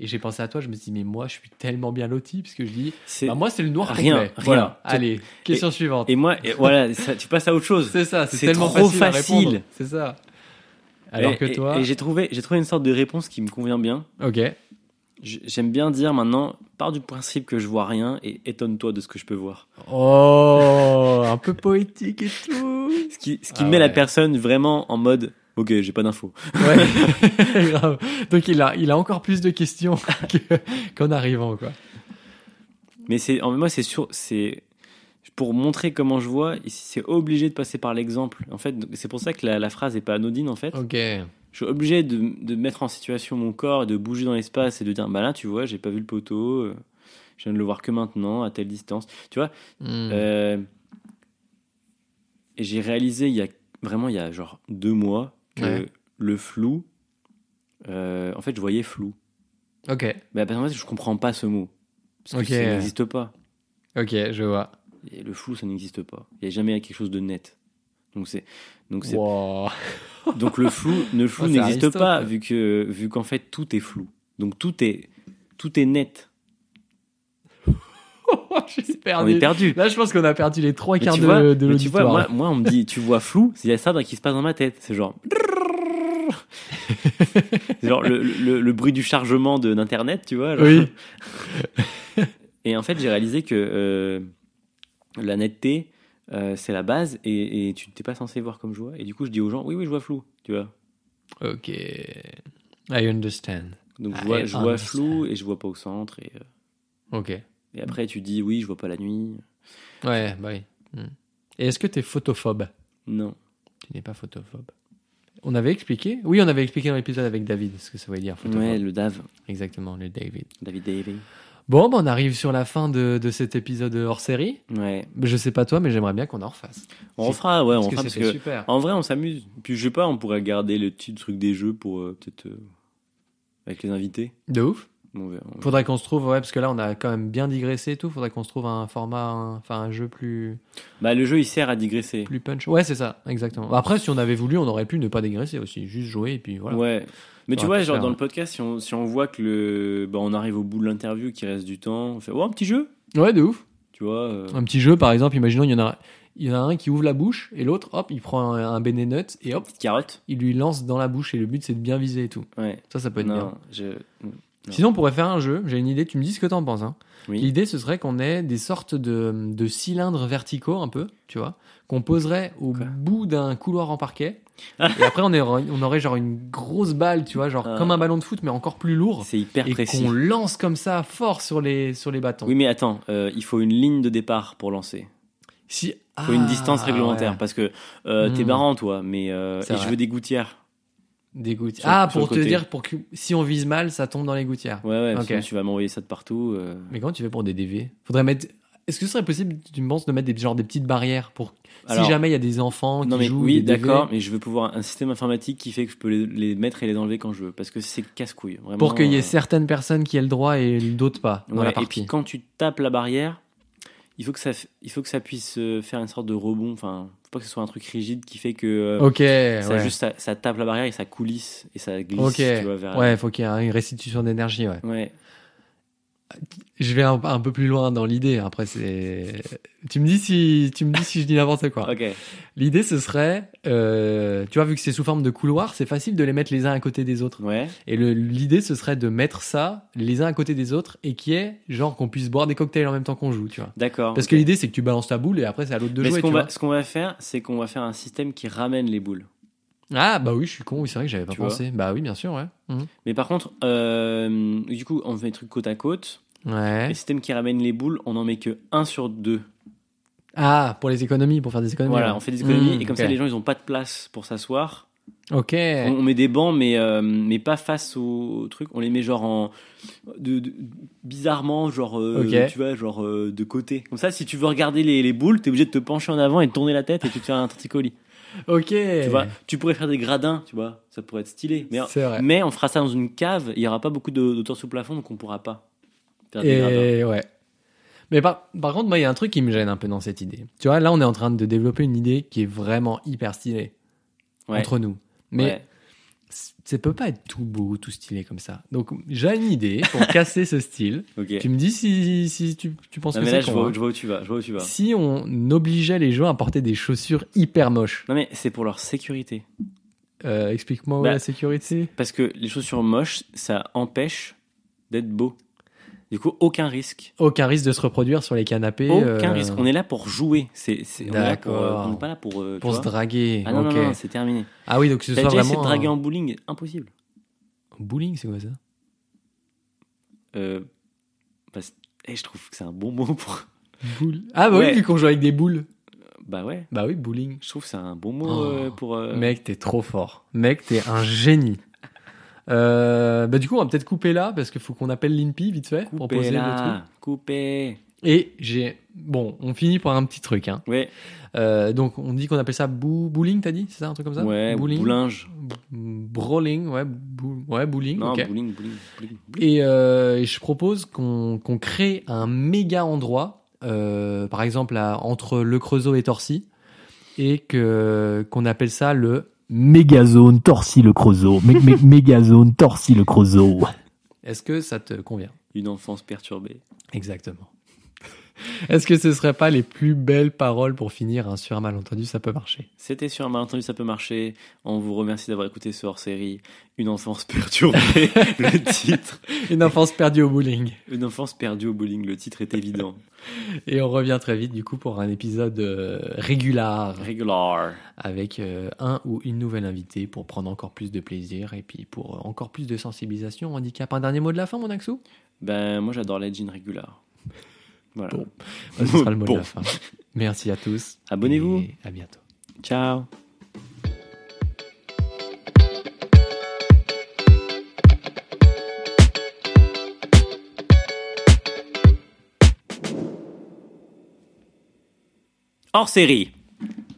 Et j'ai pensé à toi, je me suis dit, mais moi, je suis tellement bien loti parce que je dis,
C'est-
bah, moi, c'est le noir
Rien,
complet.
rien.
Voilà.
Tout-
Allez, question suivante.
Et moi, et voilà, ça- tu passes à autre chose.
c'est ça, c'est,
c'est
tellement
trop
facile. à
facile.
répondre. C'est ça. Alors
Et-
que
et-
toi,
Et, j'ai trouvé, j'ai trouvé une sorte de réponse qui me convient bien.
ok,
J- J'aime bien dire maintenant, pars du principe que je vois rien et étonne-toi de ce que je peux voir.
oh, un peu poétique et tout.
Ce qui, ce qui
Ah
met la
ouais.
personne vraiment en mode, ok, j'ai pas d'infos.
Ouais, (laughs) grave. Donc il a, il a encore plus de questions (laughs) que- qu'en arrivant, quoi.
Mais c'est en moi c'est sûr c'est pour montrer comment je vois, ici, c'est obligé de passer par l'exemple. En fait, donc, c'est pour ça que la, la phrase est pas anodine en fait.
Ok.
Je suis obligé de, de mettre en situation mon corps et de bouger dans l'espace et de dire bah là tu vois, j'ai pas vu le poteau, euh, je viens de le voir que maintenant à telle distance. Tu vois,
Hmm.
euh, et j'ai réalisé il y a vraiment il y a genre deux mois que
Ouais.
le flou euh, en fait, je voyais flou.
Ok,
Bah, parce qu'en fait, je comprends pas ce mot. Parce que
Ok.
ça n'existe pas.
ok, je vois.
Et le flou, ça n'existe pas. Il n'y a jamais quelque chose de net. Donc c'est donc c'est
Wow. (laughs)
donc le flou ne flou
Oh, c'est
n'existe
Aristote,
pas
quoi.
vu que vu qu'en fait tout est flou. Donc tout est tout est net.
je suis
On
perdu.
est perdu.
Là, je pense qu'on a perdu les trois
Mais
quarts
tu
de,
vois,
de
mais tu vois
l'auditoire.
moi, moi on me dit tu vois flou, il y a ça qui se passe dans ma tête, c'est
(laughs)
genre C'est genre le, le- le bruit du chargement de d'internet, tu vois. genre.
Oui.
Et en fait, j'ai réalisé que euh, la netteté, euh, c'est la base et, et tu n'es pas censé voir comme je vois. Et du coup, je dis aux gens, oui, oui, je vois flou, tu vois.
Ok. I understand.
Donc, je
Ah,
vois,
et
je vois
en
flou et je vois pas au centre. Et, euh,
Ok.
et après, tu dis, oui, je vois pas la nuit.
Ouais, bah oui. Hmm. Et est-ce que t'es photophobe
Non.
Tu n'es pas photophobe. On avait expliqué Oui, on avait expliqué dans l'épisode avec David ce que ça voulait dire. photographe.
Ouais, le Dave,
Exactement, le David.
David Davey.
Bon, bah, on arrive sur la fin de, de cet épisode hors série.
Ouais.
Je sais pas toi, mais j'aimerais bien qu'on en refasse.
On
Si.
refera, ouais, on
parce que
refera parce
c'était
que.
super.
En vrai, on s'amuse. Puis je sais pas, on pourrait garder le petit truc des jeux pour euh, peut-être euh, avec les invités.
De ouf.
On verra. on-
Faudrait qu'on se trouve, ouais, parce que là, on a quand même bien digressé et tout. Faudrait qu'on se trouve un format, un- enfin, un jeu plus,
Bah, le jeu il sert à digresser.
plus punch. Ouais, c'est ça, exactement. Après, si on avait voulu, on aurait pu ne pas digresser aussi. Juste jouer et puis voilà.
Ouais. Mais
Ça
tu vois,
aurait pu
genre
faire,
dans
ouais.
le podcast, si on, si on voit que le, bah, on arrive au bout de l'interview, qu'il reste du temps, on fait oh un petit jeu,
Ouais, de ouf.
tu vois. euh,
Un petit jeu, par exemple, imaginons, il y en a, il y en a un qui ouvre la bouche et l'autre, hop, il prend un, un Benenut et hop,
Petite carotte.
il lui lance dans la bouche et le but, c'est de bien viser et tout.
Ouais.
Ça, ça peut être bien.
non, je... Non.
Sinon, on pourrait faire un jeu. J'ai une idée. Tu me dis ce que t'en penses. Hein.
Oui.
L'idée, ce serait qu'on ait des sortes de, de cylindres verticaux, un peu, tu vois, qu'on poserait au
Quoi
bout d'un couloir en parquet. et après, on, est- on aurait genre une grosse balle, tu vois, genre
Ah.
comme un ballon de foot, mais encore plus lourd.
C'est hyper
Oh. Et
précis.
qu'on lance comme ça fort sur les, sur les bâtons.
Oui, mais attends, euh, il faut une ligne de départ pour lancer.
si...
Il faut une distance
Ah,
réglementaire
ouais.
parce que euh, t'es
Hmm.
marrant toi, mais euh,
C'est
et je
vrai.
veux des gouttières.
Des gouttières.
Sur-
ah,
sur le
pour te
côté.
dire, pour que si on vise mal, ça tombe dans les gouttières.
Ouais, ouais.
Ok.
Sinon tu vas m'envoyer ça de partout. euh.
Mais comment tu fais pour des DV Faudrait mettre. Est-ce que ce serait possible, tu me penses, de mettre des, genre des petites barrières pour
Alors,
si jamais il y a des enfants qui
non mais
jouent
oui,
des DV,
d'accord, mais je veux pouvoir un système informatique qui fait que je peux les, les mettre et les enlever quand je veux, parce que c'est casse-couille. vraiment,
pour qu'il y ait
euh,
certaines personnes qui aient le droit et d'autres pas dans
Ouais,
la
et
partie.
puis quand tu tapes la barrière, il faut que ça, f- il faut que ça puisse euh, faire une sorte de rebond. Enfin, faut pas que ce soit un truc rigide qui fait que euh,
ok,
ça,
ouais.
juste, ça, ça tape la barrière et ça coulisse et ça glisse.
Ok.
Tu vois, vers
Ouais, faut qu'il y ait une restitution d'énergie. Ouais.
Ouais.
Je vais un, un peu plus loin dans l'idée. Après, c'est. Tu me dis si tu me dis si je dis n'importe
(laughs)
quoi.
Ok.
L'idée, ce serait, euh, tu vois, vu que c'est sous forme de couloir, c'est facile de les mettre les uns à côté des autres.
Ouais.
Et le- l'idée, ce serait de mettre ça les uns à côté des autres et qui est genre qu'on puisse boire des cocktails en même temps qu'on joue, tu vois.
D'accord.
Parce
ok.
que l'idée, c'est que tu balances ta boule et après, c'est à l'autre de
Mais
jouer.
ce qu'on
tu
va,
vois.
ce qu'on va faire, c'est qu'on va faire un système qui ramène les boules.
Ah, bah oui, je suis con, oui, c'est vrai que j'avais pas
Tu Mmh.
pensé. Bah oui, bien sûr, ouais. Mhm.
Mais par contre, euh, du coup, on fait des trucs côte à côte.
Mmh. Ouais.
Le système qui ramène les boules, on en met que un sur deux.
Ah, pour les économies, pour faire des économies.
Voilà,
ouais.
on fait des économies
Mhm,
et comme
ok.
ça, les gens, ils ont pas de place pour s'asseoir.
Ok.
On, on met des bancs, mais, euh, mais pas face au, au truc. On les met genre en. De, de- bizarrement, genre. euh,
Ok.
Tu vois, genre euh, de côté. Comme ça, si tu veux regarder les, les boules, t'es obligé de te pencher en avant et de tourner la tête et tu te fais un torticolis.
Ok.
Tu vois, tu pourrais faire des gradins, tu vois. Ça pourrait être stylé. Mais,
C'est vrai.
mais on fera ça dans une cave. Il y aura pas beaucoup de- d'auteur sous plafond, donc on pourra pas faire des gradins.
Et ouais. Mais par, par contre, moi, il y a un truc qui me gêne un peu dans cette idée. Tu vois, là, on est en train de développer une idée qui est vraiment hyper stylée
Ouais.
entre nous. Mais
Ouais.
c- ça peut pas être tout beau, tout stylé comme ça. Donc, j'ai une idée
(laughs)
pour casser ce style.
Ok.
Tu me dis si, si tu, tu penses
Non,
que
mais là,
c'est
je
con,
vois,
hein.
je vois où tu vas. Je vois où tu vas.
Si on obligeait les gens à porter des chaussures hyper moches,
Non, mais c'est pour leur sécurité.
euh, explique-moi où
Bah,
est la sécurité.
Parce que les chaussures moches, ça empêche d'être beau. Du coup, aucun risque.
Aucun risque de se reproduire sur les canapés.
Aucun
euh,
risque. On est là pour jouer. C'est, c'est- on est là pour, euh,
D'accord.
on n'est pas là pour. euh, tu
Pour se
vois.
draguer.
Ah non, non,
ok.
non, non, c'est terminé.
Ah oui, donc que ce
T'as
soit
déjà essayé de
vraiment. euh,
draguer
un-
en bowling Impossible.
Bowling, c'est quoi ça
Euh, parce- eh, je trouve que c'est un bon mot pour.
Boule. Ah bah
Ouais.
oui, vu qu'on joue avec des boules.
Bah ouais,
Bah oui, bowling.
je trouve que c'est un bon mot
Oh.
euh, pour. euh,
Mec, t'es trop fort. Mec, t'es un génie. Euh, bah du coup, on va peut-être couper là parce qu'il faut qu'on appelle l'INPI vite fait pour
Couper
poser le truc.
là, couper.
Et j'ai bon, on finit par un petit truc. Hein.
Ouais,
Euh, donc on dit qu'on appelle ça bou bowling, t'as dit, c'est ça un truc comme ça
ouais,
bowling,
boulinge.
brawling, ouais, bou- ouais, bowling.
Non,
ok.
bowling, bowling, bowling, bowling.
Et, euh, et je propose qu'on qu'on crée un méga endroit, euh, par exemple à- entre Le Creusot et Torcy, et que qu'on appelle ça le.
Mégazone torsi le Crozo. Mé-
(laughs)
mé- Mégazone torsi le Crozo.
Est-ce que ça te convient
Une enfance perturbée.
Exactement. Est-ce que ce serait pas les plus belles paroles pour finir hein, sur un malentendu Ça peut marcher.
C'était sur un malentendu, ça peut marcher. On vous remercie d'avoir écouté ce hors-série. Une enfance perturbée, (laughs) le titre.
Une enfance perdue au bowling.
Une enfance perdue au bowling, le titre est
(laughs)
évident.
Et on revient très vite du coup pour un épisode euh, régular
Regular.
avec euh, un ou une nouvelle invitée pour prendre encore plus de plaisir et puis pour euh, encore plus de sensibilisation au handicap. Un dernier mot de la fin, mon Axou
Ben, moi j'adore la jean regular. Voilà.
Bon. Ce sera le mot
Bon.
de la fin. Merci à tous.
Abonnez-vous.
et À bientôt.
Ciao. hors série.